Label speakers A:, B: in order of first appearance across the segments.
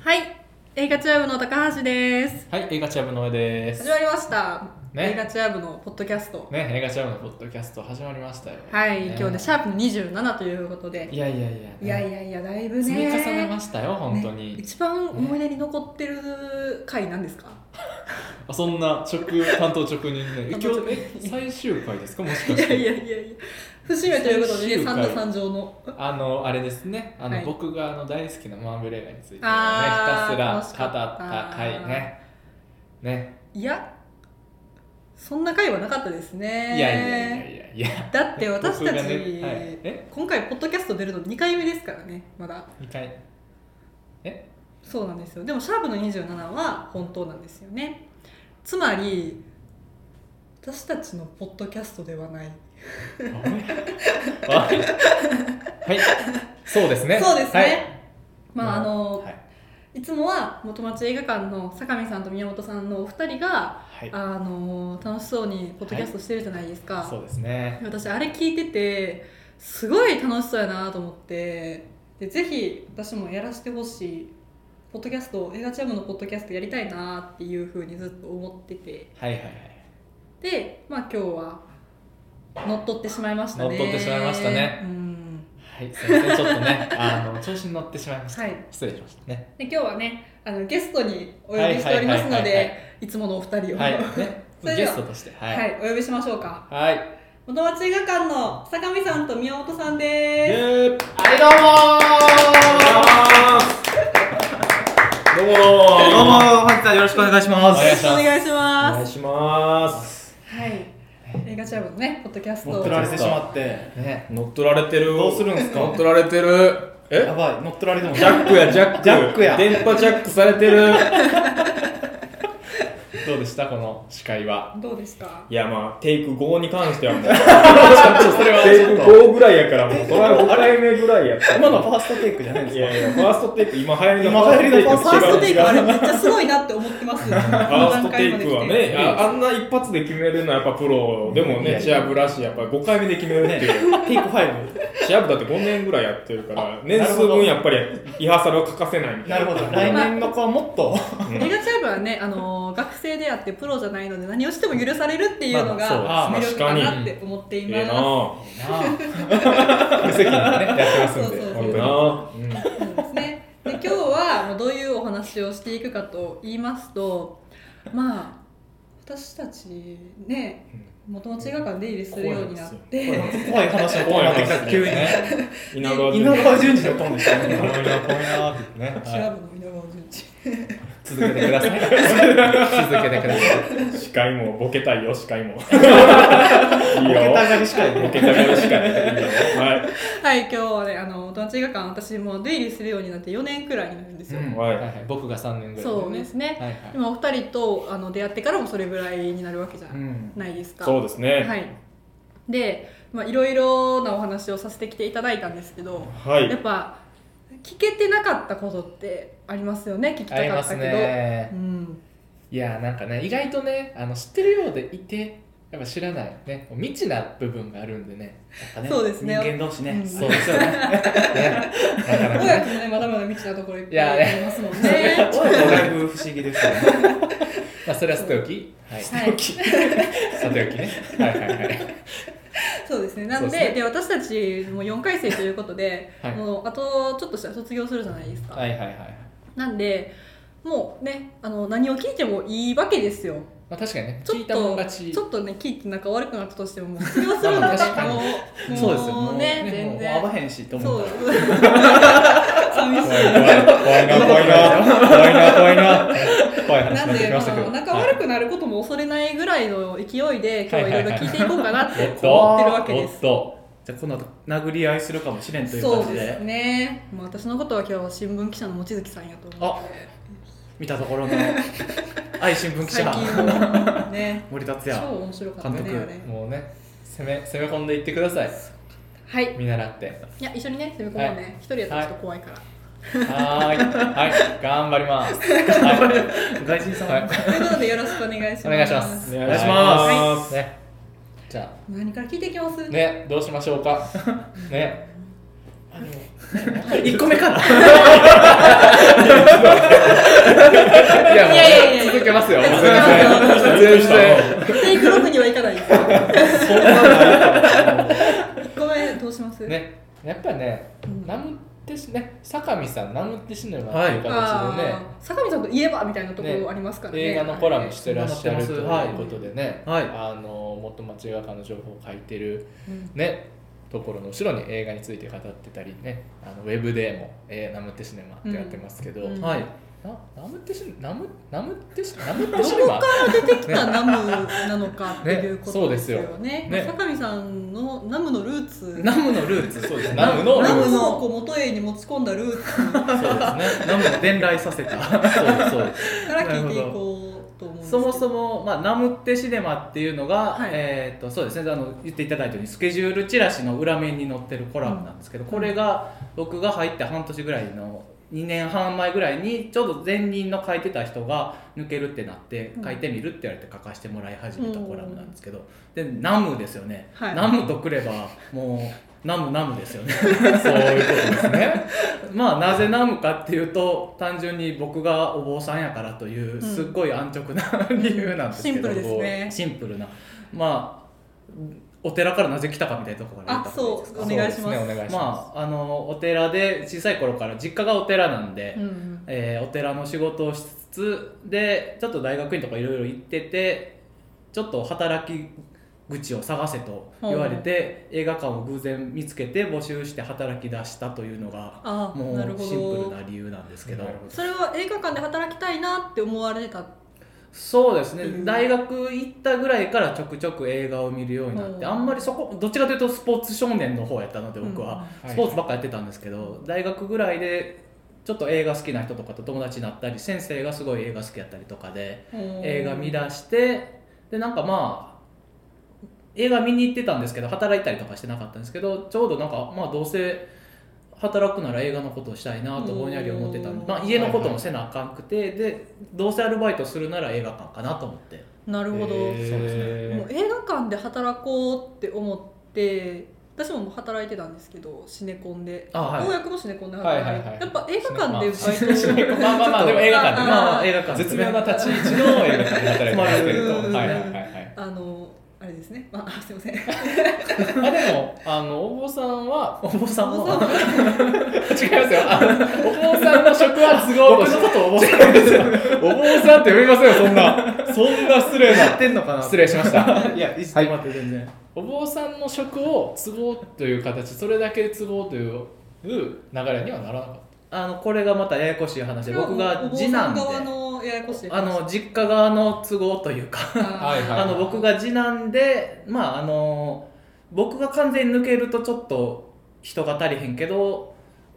A: はい映画チュア部の高橋です
B: はい、映画チャブの上です。
A: 始まりました、
B: ね
A: 映画チュア部のポッドキャスト
B: ね、映画チャブのポッドキャスト始まりましたよ。
A: はい、
B: ね
A: 今日でシャープの27ということで
B: いやいやいや、ね
A: いやいやいやだいぶね
B: 積み重ねましたよ、本当に。
A: ね一番思い出に残ってる回なんですか、
B: あそんな 直担当直人ね、え今
A: 担
B: 日
A: 当直人
B: え最終回ですかもし
A: い
B: か
A: や
B: し
A: いや
B: て。
A: いやいや節目ということでね
B: 最終
A: 三
B: 回
A: 田三条の
B: あのあれですね、あの、
A: はい
B: 僕があの大好きなマーベル映画について、ね、ひ
A: あー
B: た
A: 楽し
B: す
A: からっ
B: 語
A: た
B: った回ね。ね、
A: いやそんな回はなかったですね
B: いやいやいやいやいや。
A: だって私た
B: 僕
A: ち、
B: がねはいえ
A: 今回ポッドキャスト出るの2回目ですからねまだ
B: 二回。え、
A: そうなんですよでもシャープの27は本当なんですよねつまり私たちのポッドキャストではない、
B: あれあれはい、そうですね。
A: そうですね、
B: はい
A: まああの、
B: はい
A: い、つもは元町映画館の坂見さんと宮本さんのお二人が、
B: はい、
A: あの楽しそうにポッドキャストしてるじゃないですか、
B: そうですね。
A: 私あれ聞いててすごい楽しそうやなと思ってでぜひ私もやらせてほしいポッドキャスト映画チャムのポッドキャストやりたいなっていうふうにずっと思ってて
B: はいはいはい。
A: でまあ今日は乗っ取ってしまいましたね
B: 乗っ取ってしまいましたね
A: うん
B: はい、すい ません、ちょっとね、あの調子に乗ってしまいました。
A: はい
B: 失礼しましたね。
A: で今日はねあのゲストにお呼びしておりますの
B: はいはいはいはいは
A: でいつものお二人を
B: はい、
A: それ
B: ね、
A: で
B: ゲ
A: は
B: ストとして、は。
A: はいいお呼びしましょうか
B: はい、
A: 元町映画館の坂見さんと宮本さん
B: イ
A: です
B: エーイはい、どうもー。どうも
C: どうも本日はよろしくお願いしま
B: お願い
C: す。
B: しま
A: お
B: す
A: 願いします
C: します。
A: はい。映画チャブのね、ポッドキャスト
C: 乗っ取られてしまって。
B: ー。ね、
C: 乗っ取られてる。どうするんですか。
B: 乗っ取られてる。え、
C: やばい、乗っ取られても。
D: ジャックやジャック
C: ジャックや
D: 電波ジャックされてる
B: どうでした、この司会は。
A: どうですか
D: いやまあテイク5に関して はもう
B: ちょっとそれは
D: テイ
B: ち
D: ク
B: ょっと。
D: 5ぐらいやからもうそれは5回目ぐらいやから
C: 今のファーストテイクじゃないで
D: い
C: すか。
D: やいやファーストテイク今流行りの
C: 今流行りの
A: ファーストテイクあ
D: 違う違
A: れ
D: う
A: めっちゃすごいなって思ってます。ファ
D: ファーストテイクはね
B: うん
D: ああんな一発で決めるのはやっぱプロでも
B: いやいや
D: ねチアブらしいやっぱ5回目で決めるっていう
C: テイクファイ
D: チアブだって5年ぐらいやってるから年
C: なる
D: 数
C: ほど
D: 分やっぱりリハーサルは欠かせないみ
C: ブ。
D: た
C: ないる
D: な
C: ほど。来年の子はもっと。
D: うん
A: 映画チャブはね、あのー学生であってプロじゃないので何をしても許されるっていうの
B: ま
A: が
D: あまあそう
A: 魅力か
D: 確
A: な
B: か
A: っ
B: に
A: て思ってい
D: ええな
A: ま
D: あ
B: 無責任でね、やってますん
A: そうそうそ
B: で、
A: う
B: 本
D: ええ
B: 当に。
D: なあうん
A: す。そうですね。で今日はもうどういうお話をしていくかと言いますと、まあ私たちね、元々映画館出入りするようになって、
C: 怖い話のトーンになってきた。急に。
D: ね稲川
C: 稲川淳二のトーンでした
B: 怖い
C: ね。
B: な、怖いなーってね。
A: チ
B: はい
A: ャブの皆川淳一。
B: 続けてください。続けてください。
D: 司会もボケた いよ司会もいい
C: ボケ
D: よ
C: たがりしかい
D: ボ
C: ね。
D: ケたいよ司会いいよはい
A: はい、今日はね、あの友達映画館、私もう出入りするようになって4年くらいになるんですよ。
B: うん
D: はい
B: はい、僕が3年ぐらいだよね
A: そうですね。
B: はいはい
A: 今お二人とあの出会ってからもそれぐらいになるわけじゃ
B: うん
A: ないですか。
D: そうです
A: は
D: ね
A: い。で、まあいろいろなお話をさせてきていただいたんですけど、
D: はい、
A: やっぱ聞けてなかったことってありますよね。聞きた
B: あり
A: か
B: ま
A: った
B: す
A: けど。
B: ね
A: うん。
B: いやなんかね意外とねあの知ってるようでいてやっぱ知らないねもう未知な部分があるんでね
A: そうですね
C: 人間同士ね。
A: うん
B: そう ですよねねなかなか
A: 親
B: ね
A: 子もね、まだまだ未知なところいっぱ
B: いや
A: い
B: ね
A: ありますもんね。
C: だいぶ不思議ですよね。
B: まあそれはさておきはいさ
A: はい。
B: ておきねはいはいはい
A: そうですね。なんで
B: そうですね
A: で私たちも4回生ということで、
B: はい
A: もうあとちょっとしたら卒業するじゃないですか。
B: はいはいはい
A: なんでもうねあの何を聞いてもいいわけですよ
B: まあ確かにね
A: ち
B: 聞
A: ょ
B: い
A: った
B: もん
A: と
B: 勝ち
A: ちょっとね聞いて仲悪くなったとしてももう卒業するの
B: 確
A: か
B: かに
A: もう
C: そうですよ。も
A: も
C: う
A: う
C: ね
A: ね全
C: もう会わ
A: 然
C: へんしと
A: そ
C: 思
A: う
C: う。
A: 寂し
D: 怖い怖いな怖いな怖いな怖いな怖い
A: いな
D: 話に
A: ん
D: なって
A: で
D: きましたけ
A: まあ
D: ど
A: 仲悪くなることも恐れないぐらいの勢いで今日はいろいろ聞いていこうかなって
B: お
A: 思
B: っ
A: ってる
B: と
A: わけです
B: おっ
C: じゃあこの後殴り合いするかもしれんという
A: そ
C: 感
A: う
C: じ
A: です
C: で
A: ねもう私のことは今日は新聞記者の望月さんやと思う
C: あ見たところの愛新聞記
A: 最
C: 者
A: 近もね
C: 森達
A: 超
C: 也。
A: 面白かったね
C: 監督
A: あれ
B: ともうね攻め攻め込んでいってください
A: はい
B: 見習って
A: いや一緒にね攻め込もうね一人やったらちょっと怖いから
B: はーいはい頑張りますは
C: 外人さん、
B: い、はい
A: ということでよろしくお願いします。
B: お願いします。
D: お
C: 願いします
D: ます、
B: ね。じゃ
A: 何から聞いていきます
B: あ、。ね、どうしましょうか。ね。
C: 1個目から
B: やっぱね
A: うん
B: ナムテシね坂見さんナムテシヌマ
C: はい
B: っていう形でね、
A: あー坂見さんといえばみたいなところありますからね
B: 映画のコラムしてらっしゃるという
C: はい
B: ことでね、
C: はい
B: あの元町映画館の情報を書いてる
A: うん
B: ねところの後ろに映画について語ってたりねあのウェブでも、えーナムテシネマってやってますけど、
A: うん
C: はい
B: なナムテシナムナムテシナムテシネマ
A: 出てきたナムなのかっていうことですよね
B: ねそうですよね
A: まあ坂見さんのナムのルーツ
C: ナムのルーツそうです
B: ナムの
A: ナ
B: ルー
A: ム
B: ツ
A: のこう元栄に持ち込んだルーツか
B: そうですね
C: ナムを伝来させた
B: そうそうです
A: ら聞いていこうと思うんですけ
C: そ
A: ど
C: もそも、まあ、ナムってシネマっていうのが、
A: はい
C: えー、とそうですねあの言っていただいたようにスケジュールチラシの裏面に載ってるコラムなんですけど、これが僕が入って半年ぐらいの2年半前ぐらいにちょうど前任の書いてた人が抜けるってなって
A: うん
C: 書いてみるって言われて書かせてもらい始めたコラムなんですけど、でナムですよね、
A: はい
C: ナムとくればもうナムナムですよ ね
B: そういうことですね
C: まあなぜなのかっていうと単純に僕がお坊さんやからというすっごい安直な理由なんですけど
A: シンプルですね
C: シンプルなまあお寺からなぜ来たかみたいなところから言った方がいいですか
A: あお願いします
B: そうでねお願いしま
C: まああのお寺で小さい頃から実家がお寺なんで、
A: うん
C: えーお寺の仕事をしつつでちょっと大学院とかいろいろ行っててちょっと働き口を探せと言われて、映画館を偶然見つけて募集して働き出したというのが
A: あ
C: も
A: なるほ
C: う
A: ど
C: シンプルな理由なんですけど
B: なるほど
A: それは映画館で働きたいなって思われた
C: そうです
A: うん
C: ね大学行ったぐらいからちょくちょく映画を見るようになって
A: うん
C: あんまりそこどっちかというとスポーツ少年の方やったので僕は
B: うん
C: スポーツばっかやってたんですけど大学ぐらいでちょっと映画好きな人とかと友達になったり先生がすごい映画好きやったりとかで映
A: 映
C: 画見出してでなんかまあ映画見に行ってたんですけど働いたりとかしてなかったんですけどちょうどなんかまあどうせ働くなら映画のことをしたいなとぼんやり思ってたん
A: う
C: で、
A: ん
C: まあ、家のこともせなあかんくて、でどうせアルバイトするなら映画館かなと思って
A: なる
B: す
A: ほど、
C: そうで
A: もう映画館で働こうって思って私ももう働いてたんですけどシネコンで
C: あはい
A: 公約もシネコンで働いて、
B: はいはいはい
A: やっぱ映画館でバイト
B: まあまあまあでも映画館でね
C: まあ映画館
B: 絶妙な立ち位置の映画館で働いてますけれど、
A: うん
B: はいはいはいはい
A: あのあれですね、まあ、あすいません
B: あでもあのお坊さん は
C: お坊さんも
A: お坊さん
B: 違いますよあのお坊さんの職はすごい
C: 僕のことをお坊さんや
B: お坊さんって呼びませんよそんなそんな失礼な
C: ってんのかな
B: 失礼しました
C: いやいつ待って全然
B: お坊さんの職を継ごうという形それだけ継ごうという流れにはならなかっ
C: あのこれがまたややこしい話で僕が次男で
A: お坊さん側のややこしい
C: あの実家側の都合というか
B: はいはい
C: あの僕が次男でまああの僕が完全に抜けるとちょっと人が足りへんけど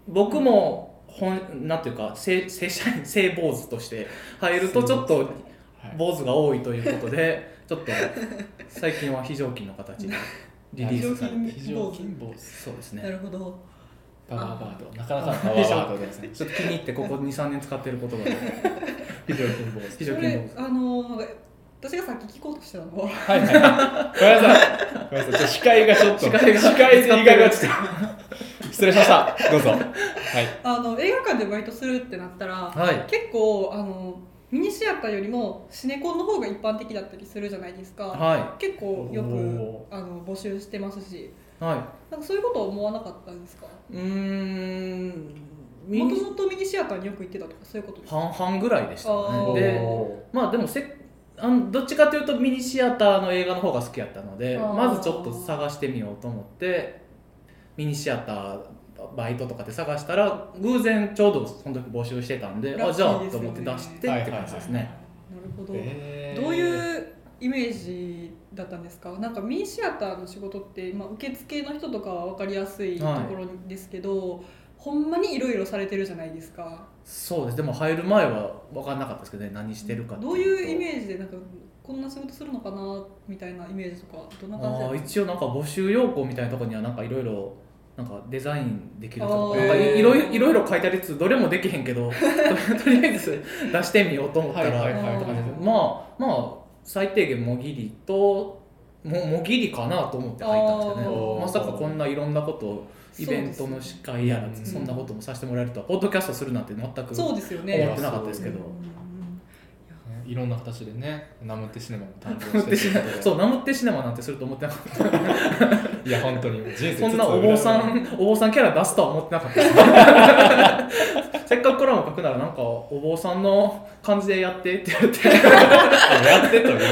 C: 僕も本なんていうか正正 社員正坊主として入るとちょっ
B: た、は
C: と
B: い
C: 坊主が多いということでちょっと最近は非常勤の形でリリースされて
A: 非常勤
B: 非常勤坊主
C: そうです
A: な
C: ね
A: るほど
B: パワーワードなかなかのパワーワードですね
C: ちょっと気に入ってここ23年使ってる言葉で
B: 非常勤坊主
C: 非
A: そ
C: 常勤坊
A: れ
C: 主
A: あのなんか私がさっき聞こうとしてたのは
B: はいはいはい。ごめんなさい。ごめんなさい。ちょっと視界がちょっと。
C: 視界が
B: 視界と意外がちょっと。失礼しました。どうぞ。はい。
A: あの映画館でバイトするってなったら、
C: はい
A: 結構あのミニシアターよりもシネコンの方が一般的だったりするじゃないですか、
C: は
A: 結構よ
B: お
A: くあの募集してますし
C: いはい
A: なんかそういうことは思わなかったんですか
C: うーん
A: もともとミニシアターによく行ってたとかそういうことですか
C: 半々ぐらいでした
A: あー
C: ねでまあでもせあのどっちかというとミニシアターの映画の方が好きやったので
A: あー
C: まずちょっと探してみようと思ってミニシアターバイトとかで探したら偶然ちょうどその時募集してたんで
A: ラ
C: あ
A: ッキ
C: じゃ
A: ー
C: あ
A: ですよ
C: と
A: ね
C: 思って出してって感じですね、
B: はいは
A: なるほど、
B: えー
A: どういうイメージだったんですかなんかミニシアターの仕事って、まあ、受付の人とかは分かりやすいと
C: はい
A: ころですけど、ほんまにいろいろされてるじゃないですか
C: そうですでも入る前は分かんなかったですけどね何してるかって
A: どういうイ
C: ージ
A: メージでなんかこんな仕事するのかなみたいなイメージとかどんな感じだ
C: あ
A: った
C: ー一応なんか募集要項みたいなところにはなんかいろいろなんかデザインできると
A: あ
C: か
A: ー
C: なんかいいろいろいろいろ書いてありつつどれもできへん けどとりあえず出してみようと思ったら、
B: はい
A: はいはい
C: とかねまあまあ最低限もぎりとももぎりかなと思って入ったんですけ
A: あ
C: ど
B: ー
C: ねまさかこんないろんなことをイベントの司会やら
B: そう
C: そ,、
B: ですね
C: んなこともさせてもらえるとはポッドキャストするなんて全く
A: そうですよね
C: 思ってなかったですけど
A: うんうんうんいや
B: いいろんな形でねナムテシネマも誕生
C: ナムテ
B: してる
C: シ
B: と
C: ネ
B: いうこと
C: マ
B: で
C: そうナムテシネマなんてすると思ってなかった
B: いや本当に人生
C: そんなお坊さんお坊さんキャラ出すとは思ってなかったです せっかくコラム書くならなんかお坊さんの感じでやってって言って
B: やってというね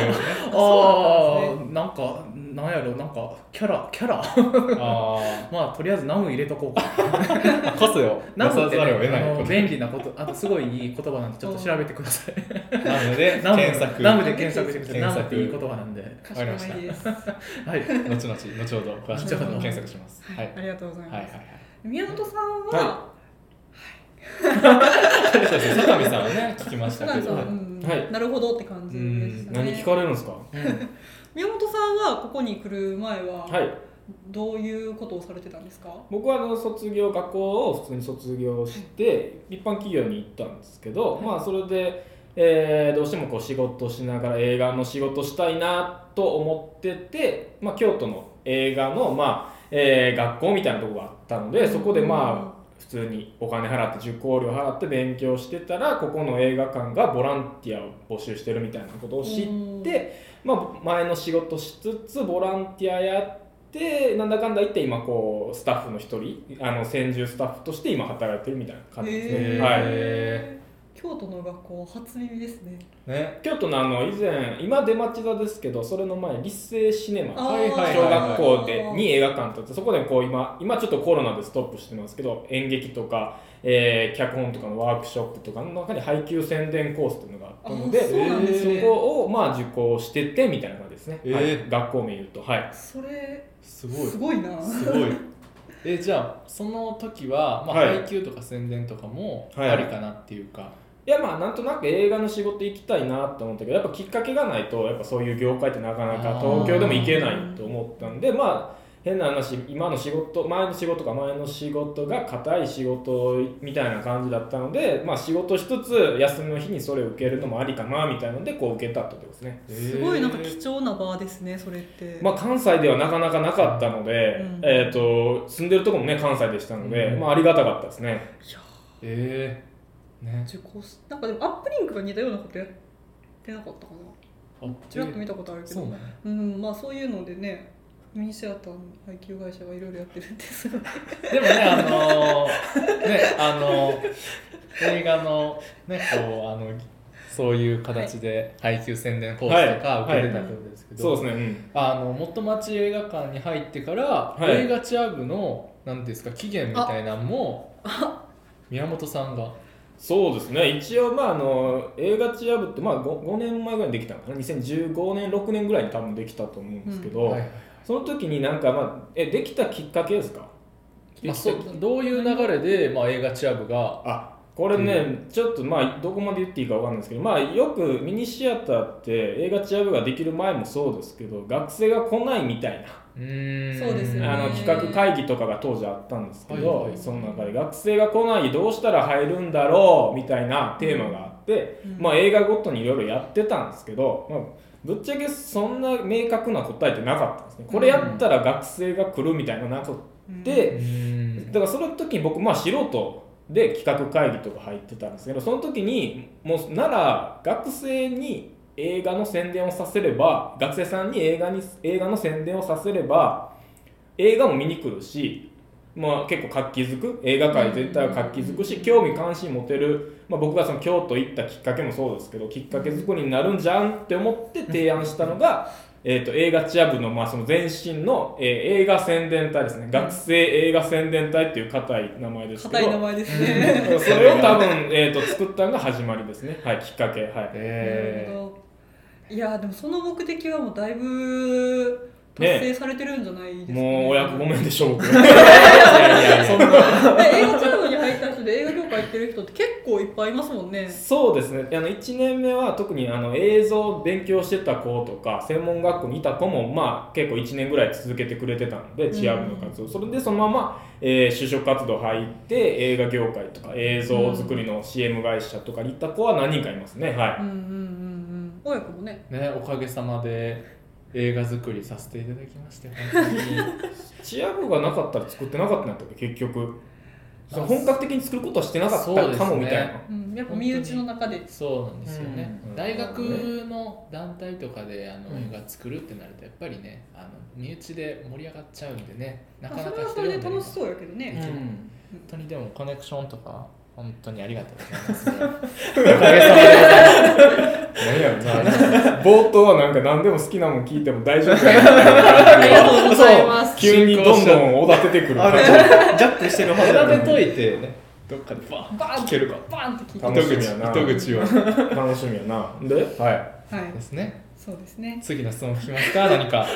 A: そう
C: ああ、なんか、なんやろ、なんか、キャラ、キャラ
B: あ
C: まあ、とりあえずナム入れとこう か。
B: あかつよ
C: ナ
B: な
C: ム
B: さ
C: っ
B: ざ
C: て、
B: るを得
C: ね、
B: ない
C: あ
B: こ
C: の
B: と
C: 便利なこと、あとすごいいい言葉なんで、ちょっと調べてください。
B: なので
C: ナム
B: 検索
C: ナム
B: 後
C: で 検索してください。
B: 検
C: ナム
B: 索
C: っていい言葉なんで。
A: かしこまりです。は
C: はい。
B: 々後ほど詳しく
C: 後ほど
B: 検索しますはい
A: い、ありがとうござい
B: はいは
A: ま
B: い
A: す。
B: はい
A: 宮本さん
D: は
A: は、
B: そうですね坂見さんはね聞きまし
A: 普
B: たけ
A: 段さ
B: ど
A: ん、うん
D: はい
A: なるほどって感じでした
D: 何聞
A: ね。
D: かれるんですか
A: 宮本さんはここに来る前
D: は
A: は、
D: い
A: どういうことをされてたんですか？
D: 僕はあの卒業学校を普通に卒業して一般企業に行ったんですけど、まあそれで、えーどうしてもこう仕事しながら映画の仕事したいなと思ってて、まあ、京都の映画の、まあえー学校みたいなとこがあったのでそこでまあ普通にお金払って受講料払って勉強してたらここの映画館がボランティアを募集してるみたいなことを知っ
A: っ
D: で、まあ、前の仕事しつつボランティアやってなんだかんだ言って今こうスタッフの一人あの専従スタッフとして今働いてるみたいな感じですね、
B: へー
D: はい、
A: へー京都の学校初耳ですね。
B: ね
D: 京都のあの以前今出町座ですけどそれの前立成シネマ
A: あー
B: はいはい
D: 小学校で
A: あー
D: に映画館とってそこでこう今今ちょっとコロナでストップしてますけど演劇とか、えー脚本とかのワークショップとかの中に配給宣伝コースっていうのがあったので
A: あそうなんですね
D: そこをまあ受講しててみたいな感じですね、
B: えー
D: はい、学校名言うとはい
A: それ
B: すごい
A: すごいな。
B: すごいえじゃあその時は、まあ
D: はい
B: 配給とか宣伝とかも
D: はい
B: ありかなっていうか、
D: いやまあなんとなく映画の仕事行きたいなと思ったけどやっぱきっかけがないとやっぱそういう業界ってなかなか
B: あー
D: 東京でも行けないと思ったんでまあ変な話今の仕事前の仕事か前の仕事が硬い仕事みたいな感じだったのでまあ仕事しつつ休みの日にそれを受けるのもありかなみたいなのでこう受けたってことですね。
A: すごいなんか
B: えー
A: 貴重な場ですねそれって。
D: まあ、関西ではなかなかなかったので、
A: うん
D: えー、と住んでるとこもね関西でしたので、
B: うん
D: まあ、ありがたかったですね。
A: いや
B: えー、ね
A: 受講しなんかでもアップリンクが似たようなことやってなかったかな。
B: あ
A: ちらっと見たことあるけ
B: そう
A: ど。
B: なの
A: うんまあそういうのでね。ミニシアターの配給会社がいろいろやってるんですよね。
B: でもね、あのーね、あのー映画の、ね、こう、あの、そういう形で配給宣伝コースとか
D: は
B: 受
D: い
B: けてたってことですけど、
D: そうですね、うん
B: あの、元町映画館に入ってから、
D: い
B: 映画チア部の、なんていうんですか、期限みたいなのも、宮本さんが。
D: そうですね一応まああの映画チア部って、まあ、5, 年前ぐらいにできたのかな2015年6年ぐらいに多分できたと思うんですけど、
B: はい
D: その時になんか、まあ、えできたきっかけですか
B: まあ、そうどういう流れで、まあ、映画チア部が、
D: あこれね、ちょっとまあどこまで言っていいかわかんないですけど、まあ、よくミニシアターって映画チア部ができる前もそうですけど学生が来ないみたいな
B: うーん
A: そうですよね
D: あの企画会議とかが当時あったんですけど、
B: はいはい
D: その中で学生が来ないどうしたら入るんだろうみたいなテーマがあって、
A: うん
D: まあ、映画ごとにいろいろやってたんですけど、まあ、ぶっちゃけそんな明確な答えってなかったんですねこれやったら学生が来るみたいななくって、
B: うーん
D: だからその時に僕まあ素人で企画会議とか入ってたんですけどその時にもうなら学生に映画の宣伝をさせれば学生さんに映画に映画の宣伝をさせれば映画も見に来るし、まあ、結構活気づく映画界全体は活気づくし興味関心持てる、まあ、僕がその京都行ったきっかけもそうですけどきっかけ作りになるんじゃんって思って提案したのが。えー、と映画チア部の,、まあその前身の、えー映画宣伝隊ですね学生映画宣伝隊っていう硬い名前ですけ
A: 硬い名
D: ど
A: 前ですね。
D: それを多分、えー、と作ったのが始まりですねはいきっかけはい
A: な
B: え
A: るほどいやでもその目的はもうだいぶ達成されてるんじゃないですか、ね
D: もうお役ごめんでしょ 僕
B: ー、いやいやいや
A: え映画チームに入った人で映画業界行ってる人って結構いっぱいいますもんね
D: そうですねあの1年目は特にあの映像を勉強してた子とか専門学校にいた子も、まあ、結構1年ぐらい続けてくれてたのでチア部の活動、それでそのまま、えー就職活動入って映画業界とか映像作りの CM 会社とかに行った子は何人かいますねはい
A: うんうんうんうん親子もね
B: ね、おかげさまで映画作りさせていただきまして本当に
D: チア部がなかったら作ってなかったんだったっけ結局そう本格的に作ることはしてなかったかもみたいな、
A: うん、やっぱ身内の中で
B: そうなんですよね、
D: うん
B: 大学の団体とかであの映画作るってなるとやっぱりねあの身内で盛り上がっちゃうんでねなかな
A: まあ
B: か
A: それはそれで楽しそうやけど
C: う
A: ね、
C: ん、
B: 本当にでもコネクションとか本当にありがとうございます。おかげさまで
D: 何やろ
B: ござい
D: な
B: ます。
D: 冒頭はなんか何でも好きなもん聞いても大丈夫かな
A: ありがとうございます
D: 急にどんどんおだててくる
C: あ
D: 感
C: れ
D: じ
C: ジャジャックしてるはずやのに
B: 調べといてね。
D: どっかでバ
A: バーン
D: 聞けるか
A: バーンって聞いて
D: ーン
A: は
D: 楽しみやな
B: 糸口を。
D: ン楽しみやなではい
B: ですね。
A: そうです ね
B: 次の質問聞きますか何か。
D: い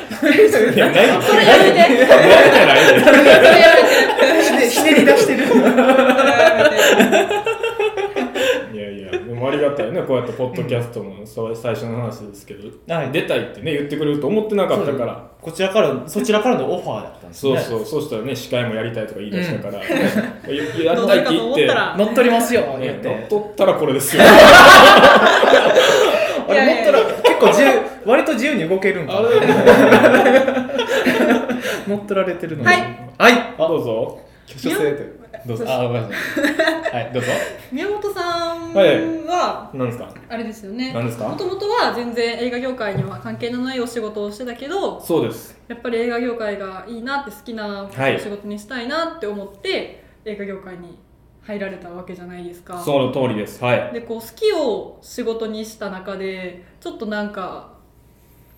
D: いやない
A: それやめて
D: ないやないや
A: それやめて
C: ひねひねり出してる
A: そ れやめて
D: いやいやでもありがたいねこうやってポッドキャストのそう最初の話ですけど
C: はい
D: 出たいってね言ってくれると思ってなかったから
C: こちらからそちらからのオファーだったんです
D: そう
C: ね
D: そううそうしたらね司会もやりたいとか言い出したからねやり
A: どう
D: たい
A: なるか
D: って
A: と
D: 言っ
A: 思ってたら
C: 乗っ取りますよ
D: ね
C: 言っ
D: 乗って取ったらこれ ですよ
C: あ
A: いやい
C: れ
A: やいや
C: 乗ったら結構自由割と自由に動けるんかな
D: あれ
C: 乗っ取られてるのに
A: はい
C: はい
D: どうぞ挙手制と
B: どうぞ。あ、ごめんなさい。はい、どうぞ。
A: 宮本さん
D: はい
A: は
D: なんですか
A: あれですよね
D: 何ですか
A: もともとは全然映画業界には関係のないお仕事をしてたけど
D: そうです
A: やっぱり映画業界がいいなって好きな
D: はい
A: お仕事にしたいなって思って、映画業界に入られたわけじゃないですか
D: その通りですはい
A: でこう好きを仕事にした中でちょっとなんか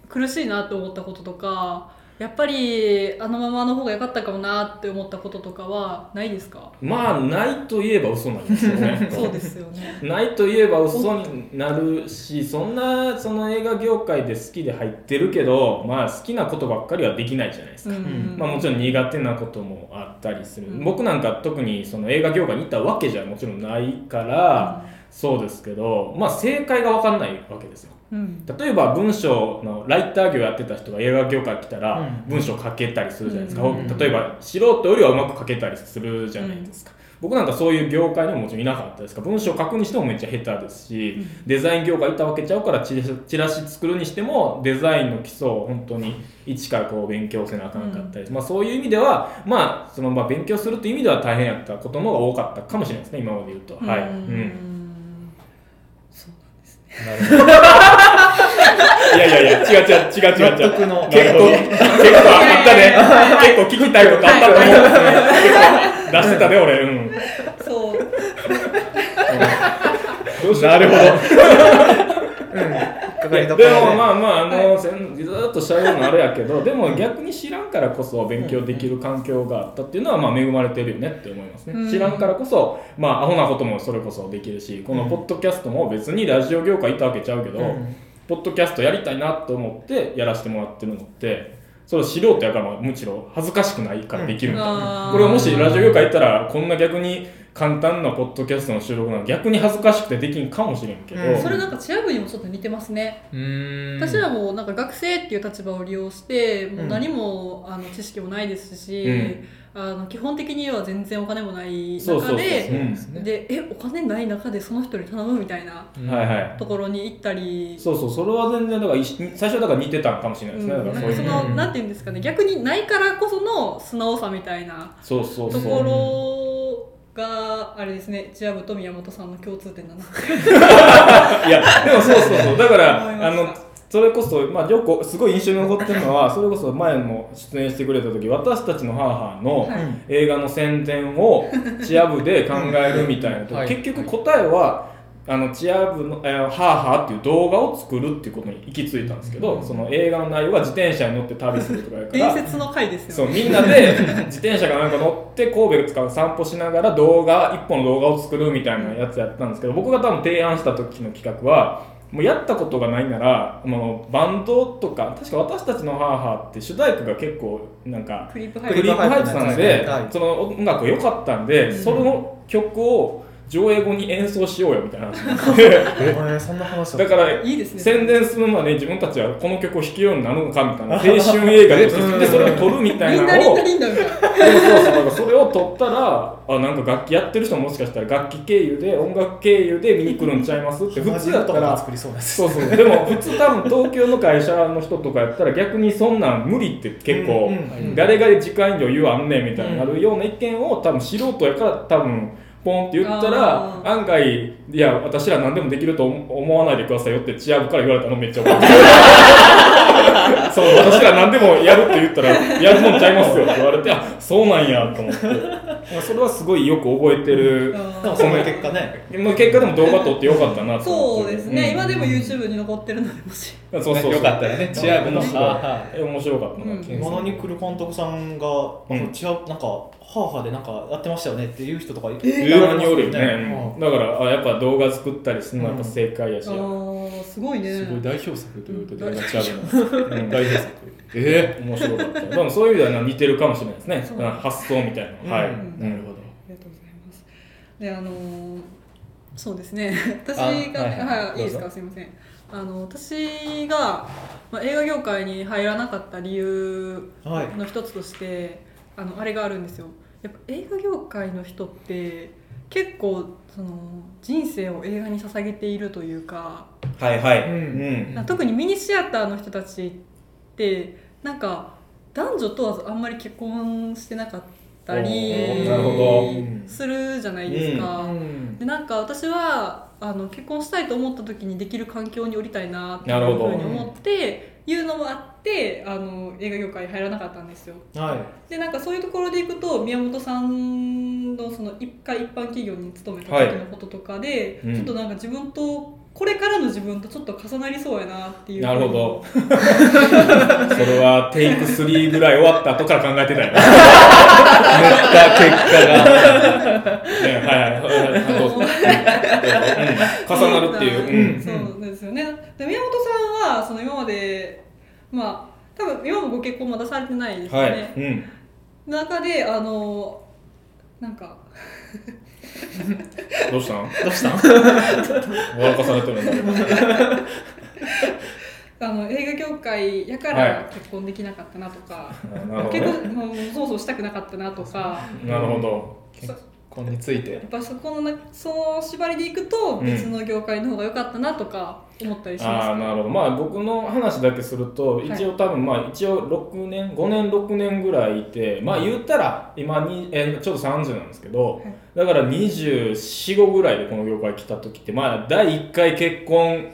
A: 苦しいなと思ったこととかやっぱりあのままの方が良かったかもなって思ったこととかはないですか
D: まあないといえば嘘なんですよ ね
A: そうですよね
D: ないといえば嘘になるしそんなその映画業界で好きで入ってるけどまあ好きなことばっかりはできないじゃないです
A: う
D: か、
A: ん、
D: まあ、もちろん苦手なこともあったりする、
A: うん
D: 僕なんか特にその映画業界に行ったわけじゃもちろんないから、そうですけどまあ正解が分かんないわけですよ
A: うん
D: 例えば文章のライター業やってた人が映画業界来たら
C: うん
D: 文章書けたりするじゃないですか、
C: うん
D: 例えば素人よりはうまく書けたりするじゃないですか、僕なんかそういう業界にももちろんいなかったですから文章書くにしてもめっちゃ下手ですし、
A: うん
D: デザイン業界行ったわけちゃうからチラシチラシ作るにしてもデザインの基礎を本当に一からこう勉強せなあかんかったり、まあ、そういう意味では、まあ、そのまあ勉強するという意味では大変やったことの方が多かったかもしれないですね今まで言うと、はい、
A: う
D: うん、
A: んそうなんですね
B: なるほど。
D: いやいやいや違う違う違う違う違う
C: 納得
D: 結構、
C: の
D: 結構あったね。結構聞きたいことあったと思う。結構出してたね、俺。うん。
A: そう
D: どうなるほ
C: かかりどこ
D: で
C: ろ
D: もまあまあ、あの、せんずーっとしゃべるのあれやけど、でも逆に知らんからこそ勉強できる環境があったっていうのは、まあ恵まれてるよねって思います
A: う
D: ね。
A: ん
D: 知らんからこそ、まあアホなこともそれこそできるし、このポッドキャストも別にラジオ業界いたわけちゃうけど、
C: うん
D: ポッドキャストやりたいなと思ってやらせてもらってるのって、それ素人やからむしろ恥ずかしくないからできるみたいな。
A: あー
D: これもしラジオ業界行ったらこんな逆に簡単なポッドキャストの収録なの逆に恥ずかしくてできんかもしれんけど、
C: うん
A: それなんかチア部にもちょっと似てますね、
B: うーん。
A: 私らもなんか学生っていう立場を利用してもううん何もあの知識もないですし、
D: うん
A: あの基本的には全然お金もない
D: そうそうそ
A: 中
D: う
A: で
B: すね
A: でえお金ない中でその人に頼むみたいな
D: うんはい
B: い。
D: はい
A: ところに行ったり。
D: そうそうそれは全然だから一緒最初だから似てたんかもしれな
A: うん
D: いですね、
A: なん
D: だか
A: から
D: そういう
A: そ
D: の
A: のなんていうんですかね逆にないからこその素直さみたいな
D: そうそうそ
A: と
D: う
A: ころがあれですねチア部と宮本さんの共通点だな
D: いやでもそうそうそうだ
A: 思い
D: か
A: ま
D: ら
A: し
D: あ
A: た
D: のそれこそ、まあ、よくすごい印象に残ってるのはそれこそ前も出演してくれた時私たちの母の
A: はい
D: 映画の宣 伝をチア部で考えるみたいなと、
B: はい
D: 結局答えはあのチア部の「えー、はーはー」っていう動画を作るっていうことに行き着いたんですけど、その映画の内容は自転車に乗って旅するとかやか
A: 伝
D: ら。
A: 説の回です
D: そ
A: よ
D: う
A: ね
D: みんなで自転車かなんか乗って神戸から散歩しながら動画1本の動画を作るみたいなやつやったんですけど僕が多分提案した時の企画はもうやったことがないならもうバンドとか確か私たちの母って主題歌が結構なんか
A: クリープハ
D: ク
A: イ
D: リ
A: ブ
D: ープハイツさん
C: クリー
D: で
C: プハイ
D: そ
C: ツさんで
D: の音楽が良かったんで、
A: うん
D: その曲を上映後に演奏しようよみたいな話になって
B: えそんな話
D: だから
A: いいですね
D: 宣伝するまで自分たちはこの曲を弾けるようになるのかみたいな青春映画ででそれを撮るみたい
A: リン
D: な
A: ダリ
D: の
A: ン
D: を
A: ダリンダみたいな
D: そうそうそうだからそれを撮ったらあなんか楽器やってる人ももしかしたら楽器経由で音楽経由で見に来るんちゃいますって普通だったら
B: 作りそうです
D: そうそうでも普通多分東京の会社の人とかやったら逆にそんなん無理って結構、
C: うん
D: 誰が時間余裕あんねんみたいになるような意見を多分素人やから多分ポンって言った
A: あ
D: ら
A: ー
D: 案外いや私ら何でもできると思思わないでくださいよってチア部から言われたのめっち ゃ覚えてるそう私ら何でもやるって言ったらやるもんちゃいますよって言われてあそうなんやと思ってそれはすごいよく覚えてる
B: でも
A: あ
B: そ
A: ー
B: の結果ね
D: もう結果でも動画撮ってよかったなと
A: そ
D: 思っ
A: う
D: て
A: ですね、
D: うん
A: 今でも YouTube に残ってるのでもし
D: そうそうそう
B: よかったよねチア部の
D: 面白い
B: あー
D: え面白かったな、
A: うん
B: ものに来る監督さんが、
D: うん
B: 違うなんかはあはあでなんかやってましたよねっていう人とかい
D: たまにおるよね、
B: う
D: だからあやっぱ動画作ったりするのはやっぱ正解やし、
A: あーすごいね
E: すごい代表作というと
A: うん
E: 映画チャ
D: う
E: ー
D: ん
E: ム代表作え
D: 面白かったでもそういう意味では似てるかもしれないですね
A: そう
D: うん発想みたいな、
B: うん
D: はい、
A: うん
E: えなるほど
A: ありがとうございます。で、あのーそうです ね。私
B: あ
A: が、ね、
B: はい
A: はい、いいです
B: ど
A: か、すみません。あの、私が、まあ、映画業界に入らなかった理由
B: はい
A: の一つとして、あの、あれがあるんですよ。やっぱ映画業界の人って、結構、その、人生を映画に捧げているというか。
D: はいはい
B: うん
D: うん
A: 特にミニシアターの人たちってなんか男女問わずあんまり結婚してなかったり
D: おーなるほ
B: ど
A: するじゃないですか。
B: うん
A: でなんか私はあの結婚したいと思った時にできる環境におりたいなってい
D: なる
A: う
D: ほ
A: ふ
D: ど
A: うに思っていうのもあってあの映画業界に入らなかったんですよ。
B: はい
A: でなんかそういうところでいくと宮本さんのその一回一般企業に勤めた時のこととかで、
D: はいうん
A: ちょっとなんか自分とこれからの自分とちょっと重なりそうやなっていう
D: なるほどそれはテイク3ぐらい終わった後から考えてたよね
B: 結果が
D: ねはいはいはい あと
A: そう
D: うん重なるっていう、うん
A: そうですよねで宮本さんはその今までまあ多分今もご結婚まだされてないですよ
D: は
A: ね、
D: い、うん、
A: 中であのなんか
D: どうしたん
B: どうしたん
D: 笑かされてるんだけど
A: あの映画業界やか
D: は
A: ら結婚できなかったなとか、
D: なるほど
A: 結婚もうそもそもしたくなかったなとか
D: なるほど
B: こんについて
A: やっぱそこのなその縛りでいくと
D: うん
A: 別の業界の方が良かったなとか思ったりします、
D: ああなるほどまあ僕の話だけすると
A: い
D: 一応多分まあ一応6年5年6年ぐらいいてまあ言ったら今に、えーちょっと30なんですけど、
A: はい
D: だから245ぐらいでこの業界来た時ってまあ第1回結婚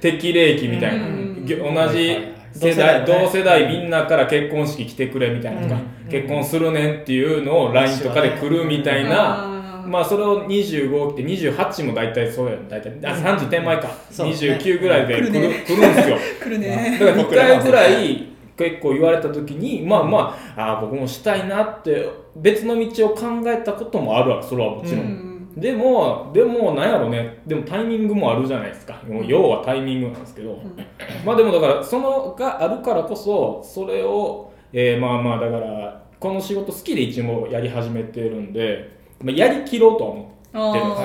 D: 適齢期みたいな
A: うんうんうん
D: ぎょ同
B: はい
D: じ
B: はい
D: 世代
B: 同世代ね
D: 同世代みんなから結婚式来てくれみたいなとか、
B: うんうん
D: 結婚するねんっていうのを LINE とかで来るみたいな。
A: あー
D: まあそれを25って28も大体そうやん大体あ30手前か、
B: そうね
D: 29ぐらいで来る
A: 来るね
D: 来るんですよ
A: 来るね
D: だから2回ぐらい結構言われた時にまあまああー僕もしたいなって別の道を考えたこともあるわそれはもちろ、
A: うんん
D: でもでもなんやろねでもタイミングもあるじゃないですかもう要はタイミングなんですけ
A: う
D: ど、
A: ん
D: まあでもだからそのがあるからこそそれを、えーまあまあだからこの仕事好きで一応やり始めてるんで、まあ、やりきろうとは思って
A: あ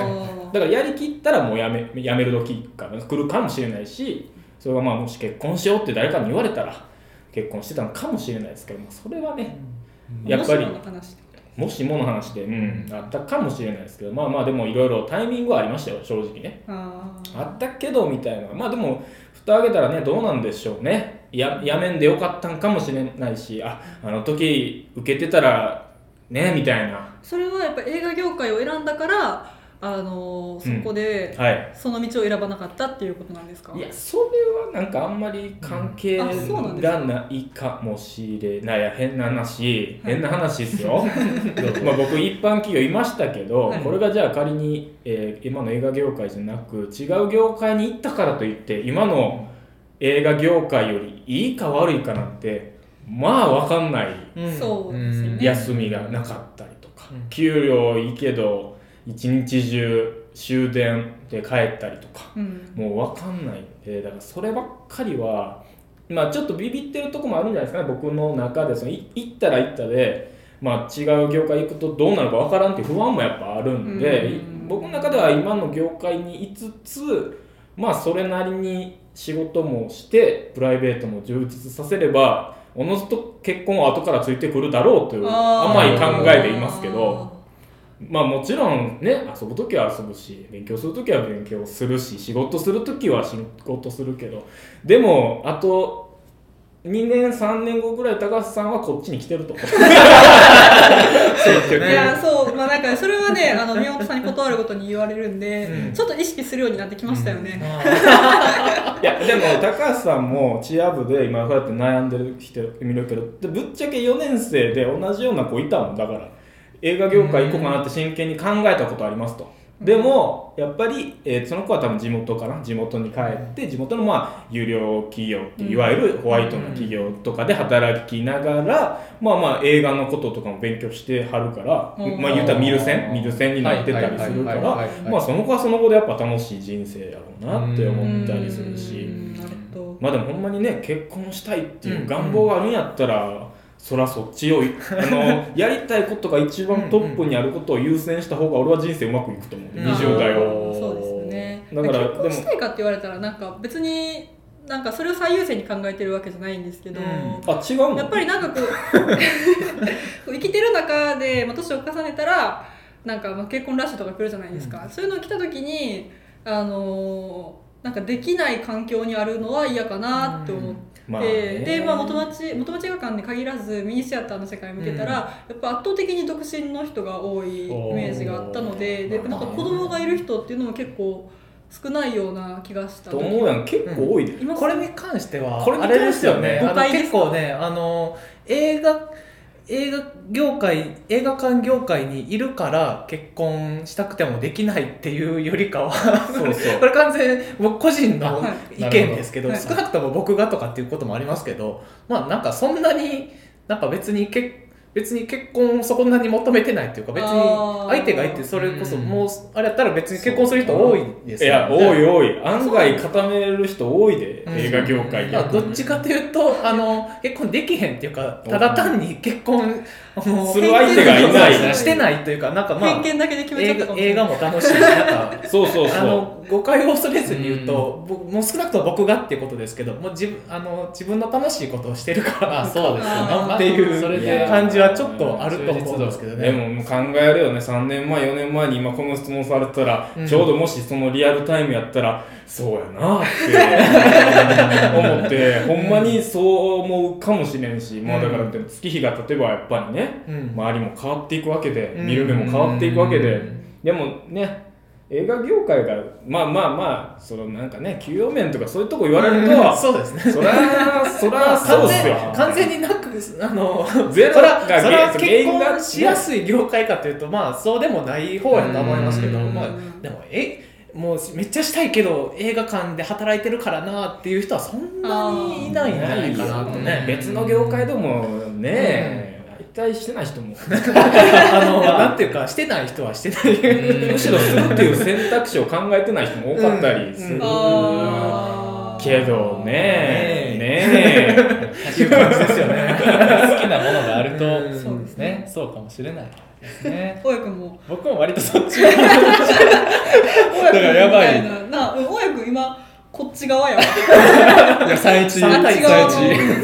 A: ー
D: だからやりきったらもうやめやめる時かな来るかもしれないしそれがまあもし結婚しようって誰かに言われたら結婚してたのかもしれないですけど、まあ、それはねやっぱり
A: 面白い話ってこと
D: もしもの話で、うん、あったかもしれないですけどまあまあでもいろいろタイミングはありましたよ正直ね
A: あー
D: あったけどみたいなまあでも蓋開けたらねどうなんでしょうねややめんでよかったんかもしれないしああの時受けてたらねみたいな
A: それはやっぱ映画業界を選んだからあのそこで
D: はい
A: その道を選ばなかったっていうことなんですか、
D: いやそれはなんかあんまり関係
A: うんあそうなんです
D: がないかもしれないいや変な話変な話で すよまあ僕一般企業いましたけど、
A: はい
D: これがじゃあ仮に、えー今の映画業界じゃなく違う業界に行ったからといって今の映画業界よりいいか悪いかなんてまあ分かんない
A: そうですよね
E: うん
D: 休みがなかったりとか、
B: うん
D: 給料いいけど一日中終電で帰ったりとか。
A: うん
D: もう分かんないんでだからそればっかりはまあちょっとビビってるとこもあるんじゃないですかね僕の中でそのい行ったら行ったで、まあ、違う業界行くとどうなるか分からんっていう不安もやっぱあるんで、
A: うん
D: 僕の中では今の業界にいつつまあそれなりに仕事もしてプライベートも充実させればおのずと結婚は後からついてくるだろうという甘い考えでいますけどまあもちろんね遊ぶ時は遊ぶし勉強する時は勉強するし仕事する時は仕事するけどでもあと2年3年後ぐらい高橋さんはこっちに来てると
A: いやそうまあなんかそれは ねあの宮本さんに断ることに言われるんで、
C: うん
A: ちょっと意識するようになってきましたよね、
D: いやでも高橋さんもチア部で今こうやって悩んでる人見るけどでぶっちゃけ4年生で同じような子いたもんだから映画業界行こうかなって真剣に考えたことありますと。でもやっぱり、えーその子は多分地元かな地元に帰って地元のまあ有料企業っていわゆるホワイトの企業とかで働きながら、まあまあ映画のこととかも勉強してはるから、
A: うん
D: まあ言ったら見る線見る線になってたりするからまあその子はその子でやっぱ楽しい人生やろうなって思ったりする
A: う
D: し
A: んなるほど
D: まあでもほんまにね結婚したいっていう願望があるんやったら、そらそっちを あのやりたいことが一番トップにあることを優先した方が俺は人生うまくいくと思う、
C: うん
D: 20代は。
A: あーそうですよね
D: だから
A: 結婚したいかって言われたらなんか別になんかそれを最優先に考えてるわけじゃないんですけど、
C: うん
D: あ違うの
A: やっぱりなんかこうこう 生きてる中で、まあ、年を重ねたらなんかまあ結婚ラッシュとか来るじゃないですか、そういうの来た時にあのーなんかできない環境にあるのは嫌かなって思って、
D: まあね
A: でまあ元町元町映画館に限らずミニシアターの世界見てたら、
C: うん
A: やっぱ圧倒的に独身の人が多いイメージがあったのでで
D: おー
A: なんか子供がいる人っていうのも結構少ないような気がした
D: と思うやん結構多いで、
A: 今
C: これに関しては
D: これに
C: あれですよね
A: 関してはね誤
C: あの
A: 解です
C: 結構ねあの映画映画業界映画館業界にいるから結婚したくてもできないっていうよりかは
D: そ うそう
C: これ完全に僕個人の
A: はい
C: 意見ですけど,、
A: なるほど
C: 少なくとも僕がとかっていうこともありますけどまあなんかそんなになんか別に結別に結婚をそんなに求めてないっていうか別に
A: あー
C: 相手がいてそれこそ
E: うん
C: もうあれやったら別に結婚する人多いで
D: い
C: すよ
D: や多い多い案外固める人多いで、
C: うん
D: 映画業界
C: いや
D: 逆に
C: どっちかというとあの結婚できへんっていうかただ単に結婚あの
D: する相手がいない
C: してないというかなんかまあ
A: 偏見だけで決めちゃ
C: 映
A: ったか
C: 画
A: もしれ
C: 映
A: な
C: 画
A: い
C: も楽しいしなんか
D: そうそうそう
C: あの誤解を恐れずに言うと、僕もう少なくとも僕がっていうことですけどもう自分あの自分の楽しいことをしてるから、
B: まあそうですよね
A: あー
C: っていう
B: それ
D: いや
B: で
C: 感じはちょっとあると思うんですけど
D: で
C: ね。
D: ももう考えるよね3年前4年前に今この質問されたら、
C: うん
D: ちょうどもしそのリアルタイムやったらそうやなって 思ってほんまにそう思うかもしれんし、もうだから月日が経てばやっぱりね
C: うん
D: 周りも変わっていくわけで、
C: うん
D: 見る目も変わっていくわけで、
C: うん
D: でもね映画業界がまあまあまあそのなんかね給与面とかそういうとこ言われると、
C: うんそうですね
D: そらそらそうっすよ
C: 完全になくあの
D: ゼロ
C: そら
D: が
C: そら
D: 原因
C: 結
D: が
C: 婚しやすい業界かというとまあそうでもない方やと思いますけど、
E: うん
C: まあ、でもえもうめっちゃしたいけど映画館で働いてるからなっていう人はそんなにいないんじゃないかなとね。
D: 別の業界でもね、相対してない人も
C: あのなんていうかしてない人はしてない。
D: むしろするっていう選択肢を考えてない人も多かったりす
C: う
D: る
C: ん
A: あー
D: けどねね
C: ね
D: え
C: いう感じですよね。
B: 好きなものがある
C: う
B: と
C: ん
A: そうですね
B: ねそうかもしれないですね
A: 大家君も
B: 僕も割とそっち
A: 大家君
B: だからやばい
A: みたななあ大家君今こっち側やわ
B: 最
A: あっち側の
B: 一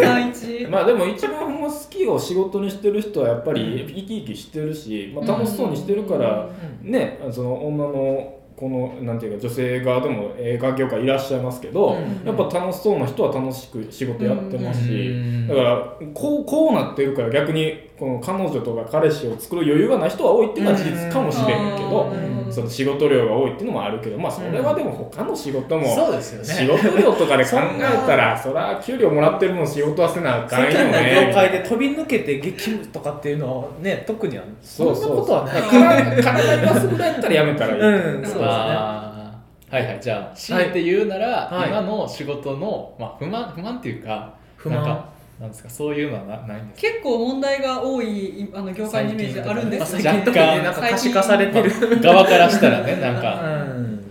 A: 三一
D: まあでも一番ほんま好きを仕事にしてる人はやっぱり生き生きしてるし、まあ、楽しそうにしてるから、ねその女のこのなんていうか女性側でも映画業界いらっしゃいますけど、
C: うん
D: やっぱ楽しそうな人は楽しく仕事やってますし、
E: うん
D: だからこうこうなってるから逆にこの彼女とか彼氏を作る余裕がない人は多いっていうのは事実かもしれんけど、
A: うん
D: その仕事量が多いっていうのもあるけどまあそれはでも他の仕事も、
C: そうですよね。
D: 仕事量とかで考えたらそりゃ給料もらってるもん仕事はせなあ
C: 世
D: かんよ
C: 界の業界
D: ね。
C: で飛び抜けて激務とかっていうのはね特にはそん
D: そう
C: な
D: そう
C: ことはない。
D: 体体がすぐだったらやめたらいい。
C: うん、そうですね。
B: あーはいはいじゃあ強いて言うなら、
C: はい
B: 今の仕事の、まあ、不満不満っていうか
C: 不
B: な
C: 満
B: んかなんですかそういうのはなないんです
A: 結構問題が多いあの業界のイメージあるんで
C: まあ
A: す
C: 最
A: よ
C: 近特にねなんか可視化されてる。
B: か側からしたらねなん
C: う
B: か
C: ん。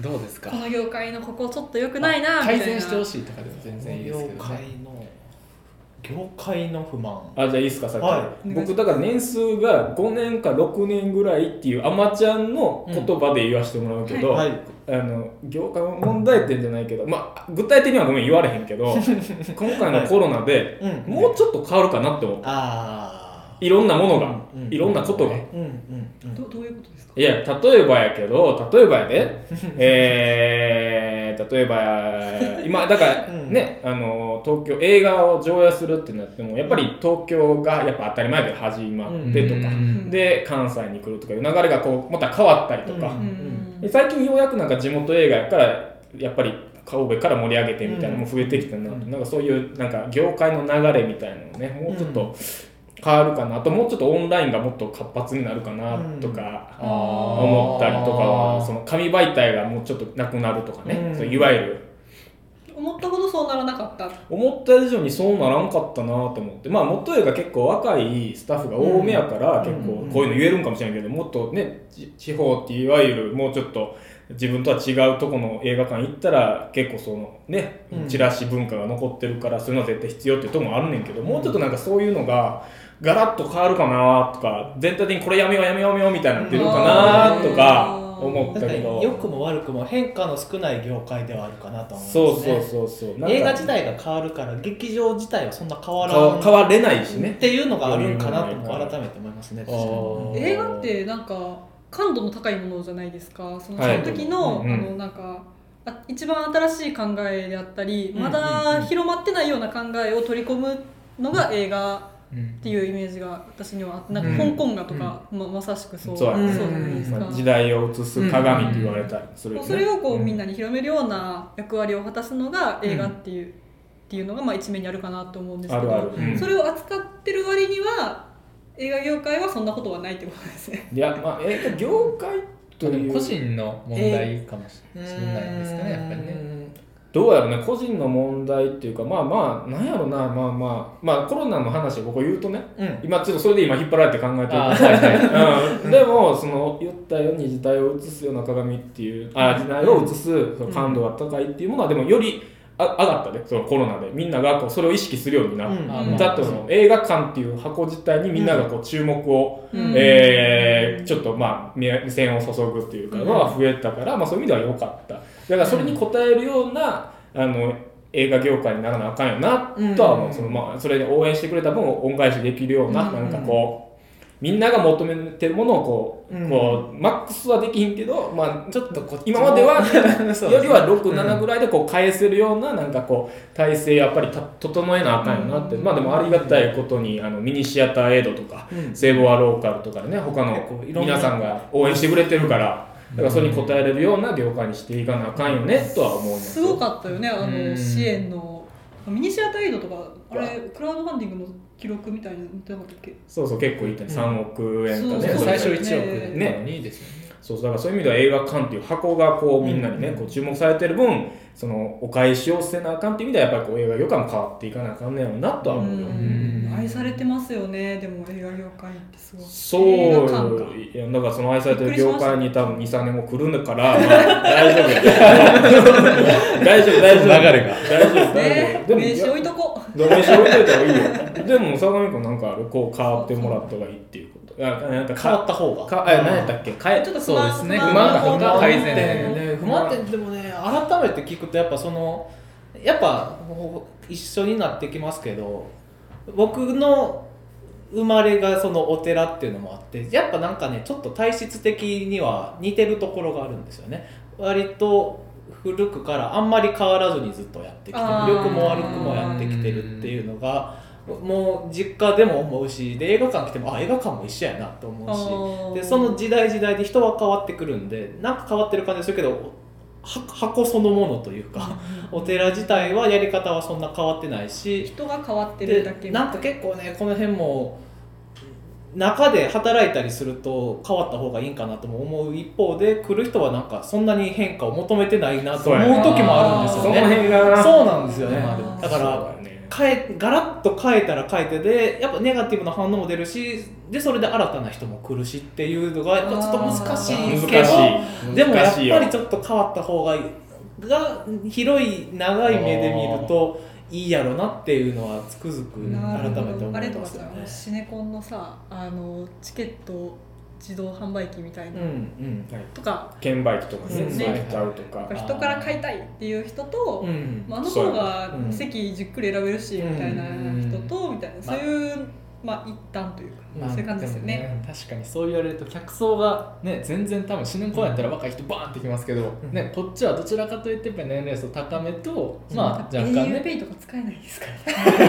B: どうですか
A: この業界のここちょっと良くないなみたい
B: 改
A: な
B: 善してほしいとかでも全然いいですけど、ね、
C: の業界の不満
D: あじゃあいいですかさっき、
C: は
D: 僕だから年数が5年か6年ぐらいっていうアマちゃんの言葉で言わせてもらうけど、
C: はい
D: あの業界問題点じゃないけど、まあ、具体的にはごめん言われへんけど今回のコロナで
C: うん
D: もうちょっと変わるかなって思う
C: ああ
D: いろんなものが、
C: うんうん
D: いろんなことが。
C: うんうんうん
A: どどういうことですか
D: いや、例えばやけど、例えばやで、えー、例えばや、今、だから
C: うん
D: ね、あの、東京、映画を上映するってなっても、やっぱり東京がやっぱ当たり前で始まってとか、
A: うん
D: で、関西に来るとかいう流れがこう、また変わったりとか、
C: う
A: うんん
D: で最近ようやくなんか地元映画やからやっぱり神戸から盛り上げてみたいなのも増えてきたな,、
C: うん
D: なんかそういうなんか業界の流れみたいなのねもうちょっと変わるかなあともうちょっとオンラインがもっと活発になるかなとか
A: うん
D: 思ったりとかは、
C: あー
D: その紙媒体がもうちょっとなくなるとかね、
C: うん
D: そういわゆる
A: 思ったほどそうならなかった
D: 思った以上にそうならんかったなと思ってまあ元映が結構若いスタッフが多めやから
C: うん
D: 結
C: う
D: 構
C: ん
D: こういうの言えるんかもしれないけどもっとねち地方っていわゆるもうちょっと自分とは違うとこの映画館行ったら結構そのね
C: うん
D: チラシ文化が残ってるからそういうのは絶対必要っていうとこもあるねんけどもうちょっとなんかそういうのがガラッと変わるかなとか全体的にこれやめようやめようやめようみたいになってるかなとか思っ
C: 確
D: た
C: か
D: け
C: に良く
D: ど
C: も悪くも変化の少ない業界ではあるかなとは思い
D: そ
C: ま
D: う
C: す、
D: そ
C: ね、
D: うそうそうなんか
C: 映画自体が変わるから劇場自体はそんな変わら
D: 変わ変
C: ん
D: われないしね
C: っていうのがあるんかなとも改めて思いますね
D: あ
C: 確かに
D: ー
A: 映画ってなんか感度の高いものじゃないですかそのそ
D: はい
A: の時の,、
D: うんうん
A: あのなんかあ一番新しい考えであったり、
C: うんうんうん
A: まだ広まってないような考えを取り込むのが映画
B: うん
A: っていうイメージが私にはあってなん
D: うん
A: か香港画とか、ままさしくそう
D: そうやね
A: じゃないですか。
D: まあ、時代を映す鏡って言われたりするよね
A: それをこうみん
D: な
A: なに広めるような役割を果たすのが映画っていう,、っていうのがまあ一面にあるかなと思うんです
D: あ
A: けど
D: るある、うん
A: それを扱ってる割には映画業界はそんなことはないってことですね。
D: いやまあ映画業界と
B: で
D: い
B: も
D: う
B: 個人の問題かもし
C: う
B: れ
C: ん
B: ないですかね、やっぱりね。
D: どうやろうね個人の問題っていうかまあまあなんやろうなまあまあまあコロナの話をここ言うとね
C: うん
D: 今ちょっとそれで今引っ張られて考えてる
B: あーはいはい
D: うんでもその言ったように時代を映すような鏡っていうあ時代を映すその感度が高いっていうものはでもよりあ上がったねそのコロナでみんながこうそれを意識するようになった、
C: うん
B: あまあ
D: だってその映画館っていう箱自体にみんながこう注目を、
A: うん
D: えーちょっとまあ目目線を注ぐっていうかのは増えたから、まあ、そういう意味では良かっただからそれに応えるようなあの映画業界にならなあかんよなとは思う、
C: うん
D: そのまあ、それで応援してくれた分を恩返しできるような,、
C: うん
D: なんかこうみんなが求めてるものをこう,、
C: うん
D: こうマックスはできひんけど、まあ、
C: ちょっとこっちも
D: 今までは
C: そう
D: よりは
C: う
D: 67
C: ん
D: ぐらいでこう返せるようななんかこう体制やっぱりた整えなあかんよなって、まあでもありがたいことにあのミニシアターエイドとか、
C: うん
D: 聖母アローカルとかでね他
C: 結構
D: の
C: いろん
D: 皆
C: な
D: さんが応援してくれてるからだからそれに応えれるような業界にしていかなあかんよねとは思いますす
A: ごかったよねあ
B: うん
A: の支援のミニシアターエイドとかあれクラウドファンディングの記録みたいに載ってなかったっけ
D: そうそう結構いいって3億円かね、
A: そう
D: それぐらい
B: 最初1億
D: ね
B: だったのにですよね。
D: そうそうだからそういう意味では映画館っていう箱がこうみんなにね、
C: うん
D: こう注目されてる分そのお返しをせなあかんっていう意味ではやっぱりこう映画業界も変わっていかなあかんねやろうなとは
A: う
D: 思うよ、
A: ん愛されてますよねでも映画業界ってすごい
D: そう
A: 映画館か
D: いやだからその愛されてる業界に多分23年後来るんだから、まあ、大丈夫や大丈夫大丈夫
B: 流れが
D: 大丈夫大
A: ね名
D: 丈夫でもい
A: 刺
D: や
A: 置いとこ
D: 名刺置いといた方がいいよでも坂上君なんかあるこう変わってもらった方がいいっていうことあなんか
C: 変わ
D: か
C: った方が
D: かあ何やったっけ変え
A: ちょっと不
B: そう
A: 満
B: ですね。
A: 不満
B: 不満
A: の
B: 感が改善。
C: ね不満点でもね改めて聞くとやっぱそのやっぱほ一緒になってきますけど僕の生まれがそのお寺っていうのもあってやっぱなんかねちょっと体質的には似てるところがあるんですよね割と古くからあんまり変わらずにずっとやってきてる
A: あー
C: 良くも悪くもやってきてるっていうのがもう実家でも思うしで映画館来てもあ映画館も一緒やなと思うし
A: あー
C: でその時代時代で人は変わってくるんでなんか変わってる感じするけどは箱そのものというかお寺自体はやり方はそんな変わってないし
A: 人が変わってるだけ
C: でなんか結構ねこの辺も中で働いたりすると変わった方がいいんかなとも思う一方で来る人はなんかそんなに変化を求めてないなと
D: そうや
C: 思
D: な
C: う時もあるんです
D: そ
C: よ
D: の
C: ね。
D: 辺が
C: そうなんですよね
A: まあでも
C: だから
D: そうやね
C: 変えガラッと変えたら変えてでやっぱネガティブな反応も出るしでそれで新たな人も来るしっていうのがやっぱちょっと難しいけ
D: 難
C: ど
D: しい
C: でもやっぱ
D: 難し
C: り
D: いよ
C: ちょっと変わった方がいいが広い長い目で見るといいやろなっていうのはつくづく
A: な
C: 改
A: る
C: め
A: ほ
C: て
A: どあ
C: 思
A: れ
C: い
A: と
C: ま
A: か
C: すよ
A: さ
C: ね。
A: シネコンのさあのチケット自動販売機みたい
C: うん
A: な、
C: うん
A: とか
D: 券売機とかね
A: うん
D: 使っちゃうとか
A: なんか人から買いたいっていう人と、
C: うん
A: まあ、あの方が
C: うん
A: 席じっくり選べるし、みたいな人と、みたいなそういう、まあ、一旦というか、
B: まあ
A: そういう感じですよね。
B: も確かにそう言われると客層がね全然多分新年公演やったら若い人バーンってきますけど、
C: うん
B: ね、こっちはどちらかといってやっぱり年齢層高めと、
C: うん
B: まあ若干
A: au
B: ね
A: p イとか使えないですから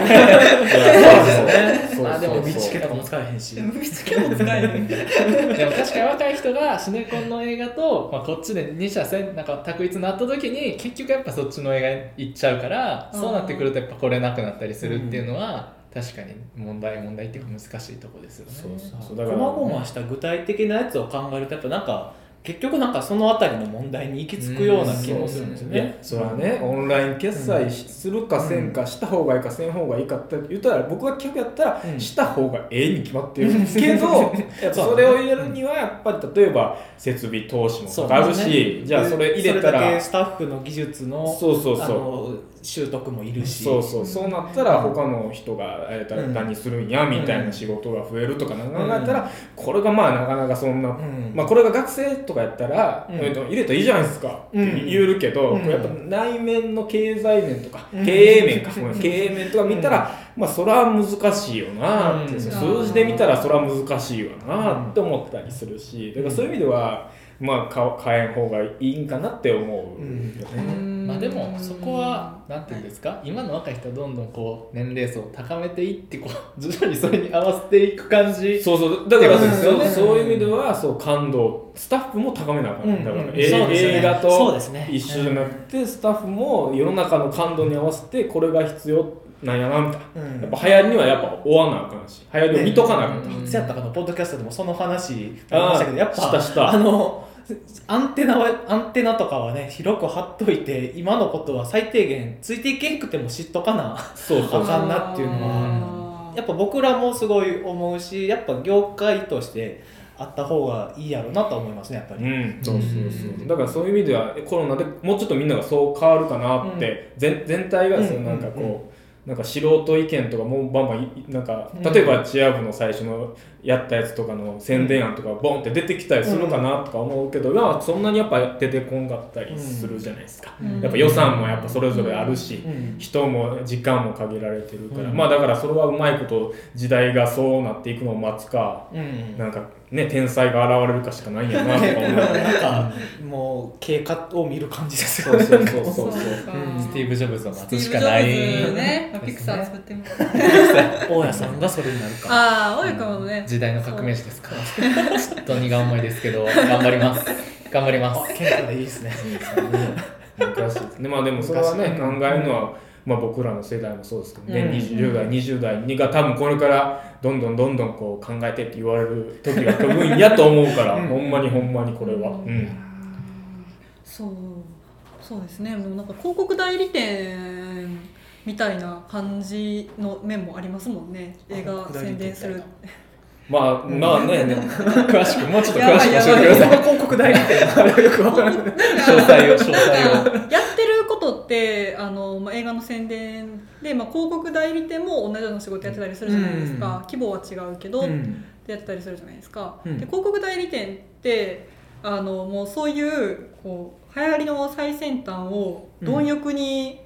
D: そうそうそう
C: まあでもビーチケとかも使えへんし。
A: 無理つけも使えない
B: でも確かに若い人がシネコンの映画と、まあ、こっちで2社せんなんか択一になった時に結局やっぱそっちの映画に行っちゃうから
A: うん
B: そうなってくるとやっぱ来れなくなったりするっていうのは、確かに問題問題っていうか難しいとこですよね。
D: そうそうそう
C: こ
D: だ
C: ま
D: から
C: ごました具体的なやつを考えるとやっぱなんか結局なんかそのあたりの問題に行き着くような気もするんですよ
D: いや
C: ね。
D: それはねオンライン決済しするかせんかした方がいいかせん方がいいかって言ったら僕が客やったら
C: うん
D: した方がええに決まってるんですけど やっぱそれを入れるにはやっぱり例えば設備投資もかかる
C: そう
D: しじゃあそれ入れた
C: そだけ
D: ら
C: スタッフの技術の
D: そうそう
C: あ
D: そ
C: の習得もいうるし。
D: そうそうそうなったら他の人がえー誰何するんやみたいな仕事が増えるとか考えたらこれがまあなかなかそんな
C: うん
D: まあ、これが学生とかやったら、
C: うん
D: えっと入れたらいいじゃないですかって
C: うん
D: 言えるけど、
C: うん
D: これやっぱ内面の経済面とか、
C: うん
D: 経営面か、ごめん経営面とか見たら、まあそれは難しいよなって、
C: うん
D: 数字で見たらそれは難しいわなって思ったりするしだからそういう意味では、まあか買えん方がいいんかなって思うよね。
B: まあでもそこはなんていうんですか、今の若い人はどんどんこう年齢層を高めていってこう 徐々にそれに合わせていく感じ
D: そうそうだか
B: う
D: ら
B: ん
D: そう
C: うん
D: そういう意味ではそう感動スタッフも高めなあか
C: うん
D: んだから、
C: うん
D: え
C: そうですよね
D: 映画と
C: そうですね
D: 一緒じゃなくて、スタッフも世の中の感動に合わせてこれが必要なんやなみたいな、
C: うん
D: やっぱ流行りにはやっぱ追わなあかんし流行りを見とかなあかんと、
B: ね
C: そうやったかのポッドキャストでもその話あり
D: あ
C: ま
D: あ
C: したけどやっぱ
D: したした
C: あのアンテナはアンテナとかはね広く張っといて今のことは最低限ついていけんくても知っとかな
D: そうそう
C: あかんなっていうの
A: は
C: やっぱ僕らもすごい思うしやっぱ業界としてあった方がいいやろうなと思いますねやっぱり、
D: うん、そうそうそうだからそういう意味ではコロナでもうちょっとみんながそう変わるかなって、全全体がその
C: うん
D: なんかこう、
C: うん
D: なんか素人意見とかもうバンバンいなんか
C: うん
D: 例えばチア部の最初のやったやつとかの宣伝案とかボンって出てきたりするかなとか思うけど、まあそんなにやっぱ出てこんかったりするじゃないですか、
A: うん
D: やっぱ予算もやっぱそれぞれあるし、
C: うん
D: 人も時間も限られてるから、
C: うん
D: まあだからそれはうまいこと時代がそうなっていくのを待つか
C: うん
D: なんかね天才が現れるかしかないんやなとか思う
C: なんかもう経過を見る感じです
D: そ
C: よ
D: う
C: ね
D: そうそうそうそう。
A: うん
B: スティーブ・ジョブズを待
A: スティ
B: つ
A: ー
B: し
A: ブ・
B: か
A: ジ
B: ない
A: ョブズ ね、まあ、ピクサー作っても
C: 大家さんがそれになるか
A: ああ大家君もね
B: 時代の革命児ですからちょっと荷が重いですけど頑張ります頑張ります
C: 健康でいい ですね
D: 難しい ですね。まあでもそれはね考
C: 難しい
D: えるのは。まあ、僕らの世代もそうですけどね、
C: うん
D: 20代20代にが多分これからどんどんどんどんこう考えてって言われる時が来るんやと思うから、
C: うん
D: ほんまにほんまにこれは、う
A: うん
D: ん、
A: そうそうですねもうなんか広告代理店みたいな感じの面もありますもんね映画宣伝する
D: まあまあね、
B: 詳しくもうちょっと
A: やば
B: 詳
A: い
B: しく教え
A: やばい
B: てください
C: 広告代理店あれよくわからない
B: 詳細を詳 細を
A: やってることってあの、まあ、映画の宣伝で、まあ、広告代理店も同じような仕事やってたりするじゃないですか、
C: うん
A: 規模は違うけど、
C: うん
A: ってやってたりするじゃないですか、
C: うん
A: で広告代理店ってあのもうそういうこう流行りの最先端を貪欲に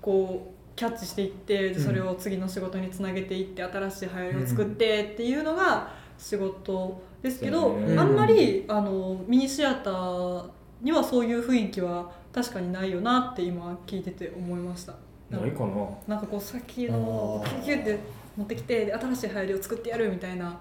A: こうキャッチしていって、で
C: うん
A: それを次の仕事につなげていって新しい流行りを作ってっていうのが仕事ですけど、
D: そう
C: ね
A: あんまりあのミニシアターにはそういう雰囲気は確かにないよなって今聞いてて思いました。
D: ないかな
A: なんかこう先の
C: あー
A: キュキュって持ってきてで新しい流行りを作ってやるみたいな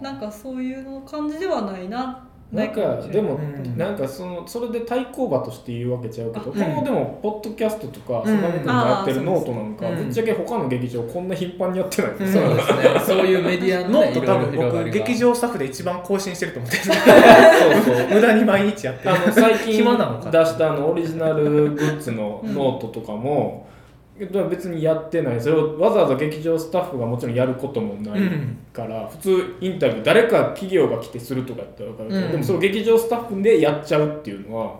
A: なんかそういうの感じではないな。
D: なんかでも、
C: うん
D: なんかそのそれで対抗馬として言うわけちゃうけど、
C: うん
D: このでもポッドキャストとか
C: うん
D: 坂本君がやってるノートなんか、
C: あーそうです
D: ぶっちゃけ他の劇場こんな頻繁にやってないです
C: うん
D: よ
B: そうですねそういうメディアの
C: ノ
B: ね
C: ー
B: い
C: ト
B: ろい
C: 多
B: ろ
C: 分
B: 広がり
C: 僕
B: が
C: 劇場スタッフで一番更新してると思ってる
D: そうそう
C: 無駄に毎日やってる
D: あ の最近出
C: 暇なのか
D: したあのオリジナルグッズのノートとかも、別にやってないそれをわざわざ劇場スタッフがもちろんやることもないから、普通インタビュー誰か企業が来てするとかやってわかるけど、
C: うん
D: でもその劇場スタッフでやっちゃうっていうのは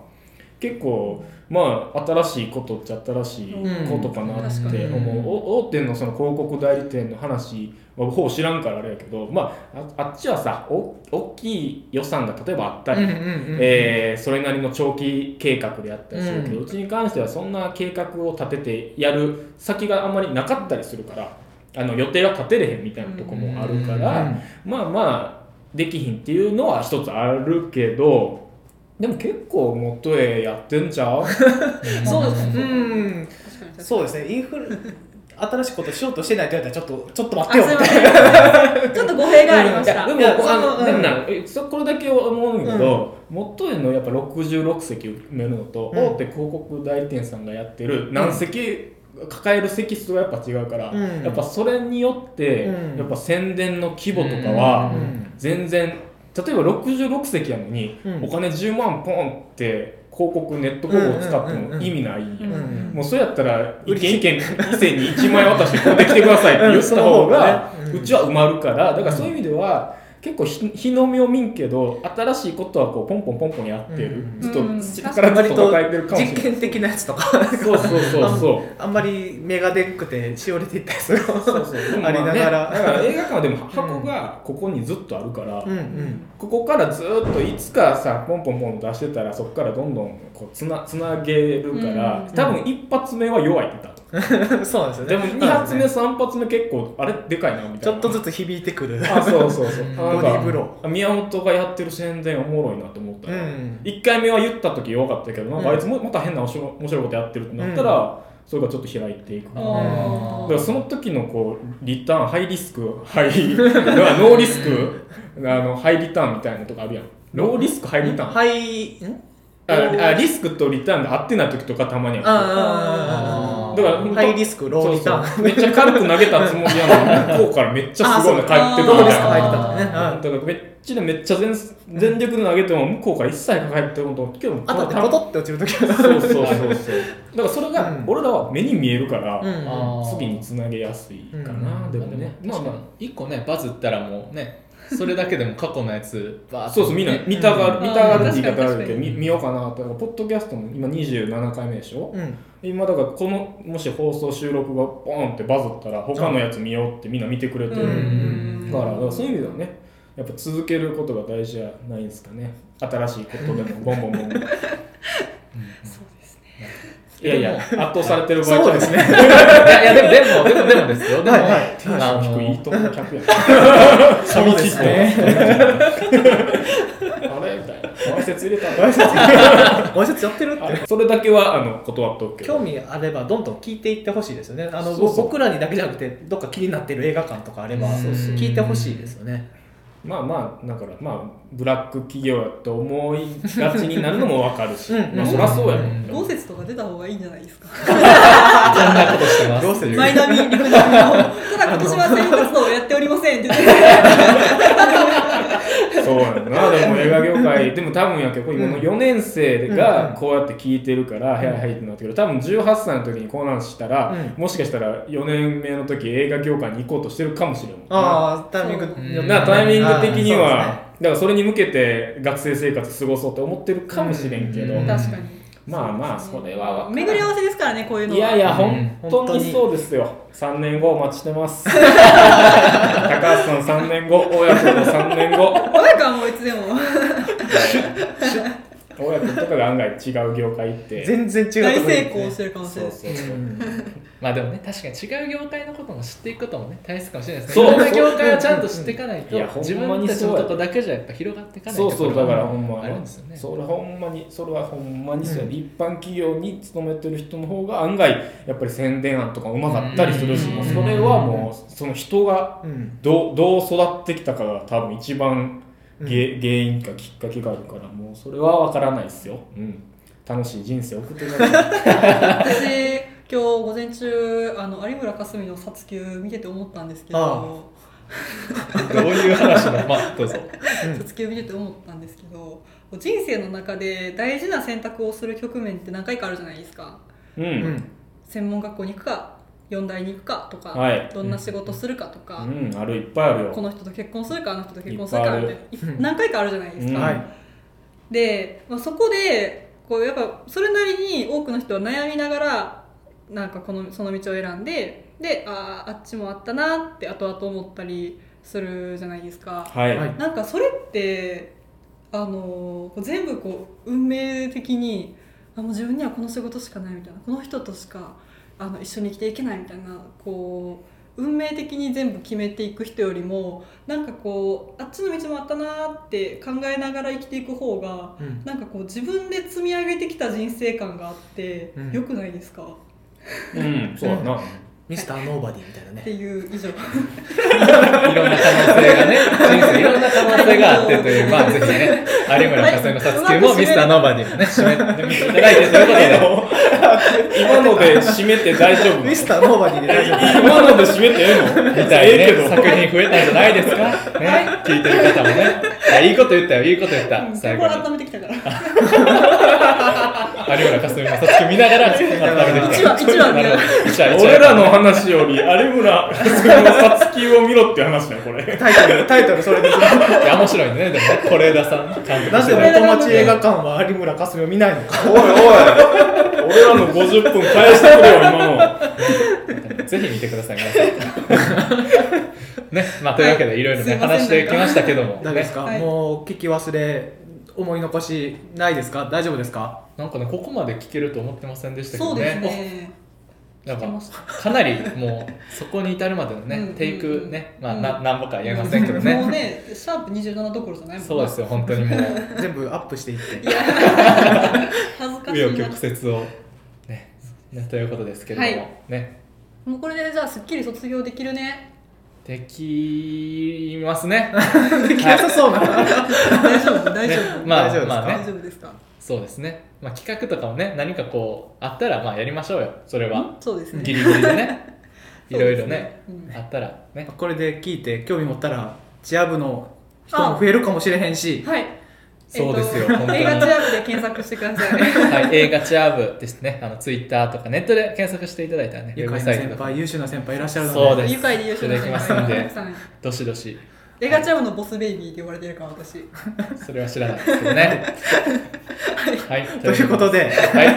D: 結構まあ新しいことっちゃ新しいことかなっ
A: うん
D: て思う、
C: うん
D: お大手のその広告代理店の話はほぼ知らんからあれやけど、まあ、ああっちはさお大きい予算が例えばあったり、えーそれなりの長期計画であったりするけど、う
C: うん
D: ちに関してはそんな計画を立ててやる先があんまりなかったりするからあの予定が立てれへんみたいなとこもあるから、まあまあできひんっていうのは一つあるけどでも結構元へやってんちゃう
A: そうです
C: う
A: ね
C: ん
A: 確かに確かに
C: そうですねインフル新しいことしようとしてないとやったらちょっとちょっと
A: あ
C: 待
A: す
C: っ
A: い
C: てよ
A: ま
C: みたい
A: せんちょっと語弊がありまし
D: いや
A: た
D: で
C: いや
D: もあの
C: そのうん
D: でもなえそこれだけは思うんだけど、元へのやっぱ66席埋めるのと、
C: うん
D: 大手広告代理店さんがやってる何席、抱える席数はやっぱ違うから、
C: うん
D: やっぱそれによって、
C: うん
D: やっぱ宣伝の規模とかは
C: うん
D: 全然、例えば66席やのに、
C: うん
D: お金10万ポンって広告ネット広告使っても意味ないやん、
A: うんうん
D: もうそうやったら一軒一軒伊勢に1万円渡して買ってきてくださいって言った方が
C: うんその方がねうん
D: うちは埋まるからだからそういう意味では結構日日の目を見んけど新しいことはこうポンポンポンポンやってる、
C: うん
D: ずっ
A: うん
D: と下からずっと抱えてるかもし
C: 実
D: れない
C: 験的なやつとか
D: そうそうそうそう
C: あんまり目がでっくてしおれていったりする
D: そうそうでもま
C: ありながら
D: ねだから映画館はでも箱がここにずっとあるから、
C: うんうん
D: ここからずっといつかさポンポンポン出してたらそこからどんどんこうつなつなげるから、
A: うん
D: 多分一発目は弱いってたと
C: そうですよね
D: でも2発目
C: そうですね
D: 3発目結構あれでかいなみ
C: ち
D: たいな
C: ょっとずつ響いてくる
D: あそうそうそう
C: うん
D: あなん
C: ボ
D: か
C: ディーブロ
D: 宮本がやってる宣伝おもろいなと思った
C: う
D: ら、
C: ん
D: 1回目は言った時弱かったけどなんか
C: う
D: あ
C: ん
D: いつもまた変な面白面白いことやってるってなったら、それがちょっと開いていく
A: あ
D: だ
A: ー
D: からその時のこうリターンハイリスクハイ ノーリスクあのハイリターンみたいなとこあるやんノーリスクハイリターン
C: はいん
D: ああリスクとリターンが合ってない時とかたまにある
C: あ
D: だから
C: ハイリスクローリターン
D: そうそうめっちゃ軽く投げたつもりや のに向こうからめっちゃすごいの返って
A: あ
D: くる
A: そうで
D: みた
A: す
D: い
A: か
D: な。
C: 入ったね
D: だからめっちゃめっちゃ全全力で投げても向こうから一切かかってこんと今日
C: あとでポトって落ちるときは
D: そうそうそうそうだ からそれが
C: うん
D: 俺らは目に見えるから、
C: うん
B: あー
D: 次につなげやすいかな、
C: うん
D: でもねま
B: ま
D: あ
B: あ
D: ま
B: ま
D: あ
B: あ一個ねバズったらもうねそれだけでも過去のやつバーッと
D: そうそうみん な見たがる、
A: うん
D: 見たがるって言い
A: あー確か
D: 方
A: に
D: あるけど見見ようかなとだからポッドキャストも今27回目でしょ、
C: うん
D: 今だからこのもし放送収録がボーンってバズったら他のやつ見ようってみんな見てくれてる、
A: うん
D: だからだからそういう意味ではねやっぱ続けることが大事じゃないんですかね新しいことでもボンボンボン ボ
A: そ
D: ン
A: うですね
D: いやいや圧倒されてる場合
C: そう
D: ゃ
C: で
D: な
C: す
D: い
C: ね
B: いやいやでもでもでもでもですよでも、
C: はいはい
B: あ
D: 低いい
B: の
D: いとこ客や
C: そうで すね
D: なあれみたいな前説入れたの
C: わいせつやってるって
D: あそれだけはあの断っとくけど
C: 興味あればどんどん聞いていってほしいですよねあの
D: そうそう
C: 僕らにだけじゃなくてどっか気になってる映画館とかあれば
B: そうそう
C: 聞いてほしいですよね
D: まあまあだからまあブラック企業やと思いがちになるのもわかるし
C: うん
D: まあそりゃそうやもん、
A: 豪雪とか出た方がいいんじゃないですか
B: こんなことしてますっていう
A: マイナビ陸上のただ今年は選挙活動をやっておりませんって言って
D: そうやんなでも映画業界でも多分やけど今の4年生がこうやって聞いてるから「はいはい」ってなってくる多分18歳の時にこうなんしたら、
C: う
D: もしかしたら4年目の時映画業界に行こうとしてるかもしれんもんな
C: ああタイミングによって
D: なタイミング的には、
C: あーそうですね
D: だからそれに向けて学生生活過ごそうって思ってるかもしれんけど、
B: うん
A: 確かに
D: まあまあそれはわからん
A: 巡り合わせですからねこういうのはい
D: やいや、
B: うん
D: 本当にそうですよ。3年後お待ちしてます。 高橋さん3年後、親子も3年後。
A: 親子はもうい つでも
D: 親子とかが案外違う業界行って。
C: 全然違うとこ
A: 大
C: ろ
A: 成
C: で
A: 功してるかもしれ
D: そう
A: ない
D: そうそうう。
C: ん
B: まあでもね確かに違う業界のことも知っていくこともね大切かもしれないです
D: そう
B: ねいろんな業界をちゃんと知っていかないと
D: いやほんまに
B: 自
D: そうや
B: 分たちのとこだけじゃやっぱ広がっていかない
D: そうそう、
B: とこ
D: だ
B: ろ
D: から
B: が
D: ほんま
B: あるんですよね
D: それほんまに、それはほんまにそうや、
C: うん
D: 一般企業に勤めてる人の方が案外、やっぱり宣伝案とかうまかったりするし、
B: うん
D: もうそれはもう、その人が
C: うん
D: どうどう育ってきたかが多分一番げ、原因かきっかけがあるからもうそれは分からないですよ、うん、楽しい人生送ってくだ さい
A: 私今日午前中あの有村架純の殺球見てて思ったんですけど
B: どういう話だまあどうぞ
A: 殺球見てて思ったんですけど人生の中で大事な選択をする局面って何回かあるじゃないですか
D: うん、
C: うん
A: 専門学校に行くか四大に行くかとか、
D: はい
A: どんな仕事するかとか、
D: うん、あるいっぱいある
A: こ
D: よ
A: の人と結婚するかあの人と結婚するかみたい
D: いっ
A: な何回かあるじゃないです
D: うん
A: か、
C: はい
A: で、まあ、そこでこうやっぱそれなりに多くの人は悩みながらなんかこのその道を選んでであーあっちもあったなって後々思ったりするじゃないですか。
D: はい、
C: はい
A: なんかそれってあのこう全部こう運命的にあもう自分にはこの仕事しかないみたいなこの人としかあの一緒に生きていけないみたいなこう運命的に全部決めていく人よりもなんかこうあっちの道もあったなーって考えながら生きていく方が
C: うん
A: なんかこう自分で積み上げてきた人生観があって、
C: うん
A: 良くないですか
D: うん、そうだ な、
C: ミスターノーバディみたいな
A: って
C: ね
A: いう以上
B: いろんな可能性がね、人生いろんな可能性があってとい う、まあぜひね、有村架純の撮影もミスターノーバディもね、締めてみていただいてということで。
D: 今ので締めて大丈夫
C: ミスターノーバディで大丈夫
D: 今ので締めてええの
B: みたい
D: ええ
B: ね、
D: けど
B: 作品増えたんじゃないですか、ね聞いてる方もねあいいこと言ったよいいこと言った、
A: うんそ
B: 最
A: こ
B: 後
A: を
B: に
A: 温めてきたから
B: 有村架純の作品見 ながら温めてき
A: 一
B: た
A: 話一話見よう
B: 一話一話
D: 俺らの話より有村そのさつきを見ろって話だよこれ
C: タイトルタイトルそれです
B: いや面白いねでもね是枝さん監督してる
C: なんで元町映画館は有村架純を見ないのか
D: おいおい俺らの50分返してくれよ今の
B: ぜひ見てください皆さん ねまあというわけでいろいろ
A: す
B: ね
A: いません
B: 話してきましたけども
C: 大丈夫ですか、
A: はい
C: もう聞き忘れ思い残しないですか大丈夫ですか
B: なんかねここまで聞けると思ってませんでした
A: そ
B: けど
A: う
B: ね
A: ですね
B: なん
A: 聞けま
B: か
A: した
B: かなりもうそこに至るまでのね、
A: うん
B: テイクねまあ、
A: うん
B: な何本か言えませんけどね、
A: もうね、シャープ27どころじゃないもん
B: そうですよ本当にもう
C: 全部アップしていって
A: いや、恥ずかし
B: 紆
A: い
B: 余
A: な。
B: 曲折をねねということですけれども、
A: はい
B: ね
A: もうこれでじゃあ、すっきり卒業できるね。
B: できますね
C: できなさそうな、
A: 大丈夫、大丈夫。
B: ま
C: 大丈夫
B: あ
C: ですか
B: まあ
A: 大
B: ね
A: 丈夫ですか。
B: そうですね、まあ、企画とかもね何かこうあったらまあやりましょうよそれは
A: そうですね。
B: ギリギリでね い
A: そうですね
B: ろいろね
A: うん
B: あったらね
C: これで聞いて興味持ったらチア部の人も増えるかもしれへんし
A: はい。
B: そうですよ
A: えっと
B: 本当に
A: 映画チア部で検索してください。
B: はい、映画チアーブですねあのツイッターとかネットで検索していただいたらねウ
C: 愉
B: ェ
C: 快
B: ブサ
C: な
B: イト
C: 先
B: とか
C: 輩優秀な先輩いらっしゃるので
B: そうです
A: 愉快で優秀な先輩がたくさん
B: どしどし
A: 映画チア部のボスベイビーって呼ばれてるから、私。
B: それは知らないですけど ねはい
C: ということで
B: はい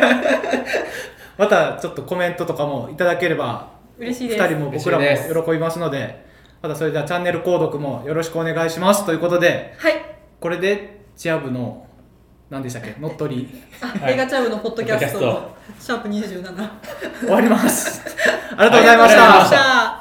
C: またちょっとコメントとかもいただければ
A: 嬉しいです。
C: 2人も僕ら
B: 嬉しいです
C: も喜びますのでまたそれではチャンネル購読もよろしくお願いしますということで
A: はい。
C: これでチア部の何でしたっけ乗っ取り
A: あ
B: はい
A: 映画チア部のポッドキャス
B: ポッド
A: ト、シャープ27。ありがとう
C: 終わりますありがとうございました、
B: ありがとうございました
A: た。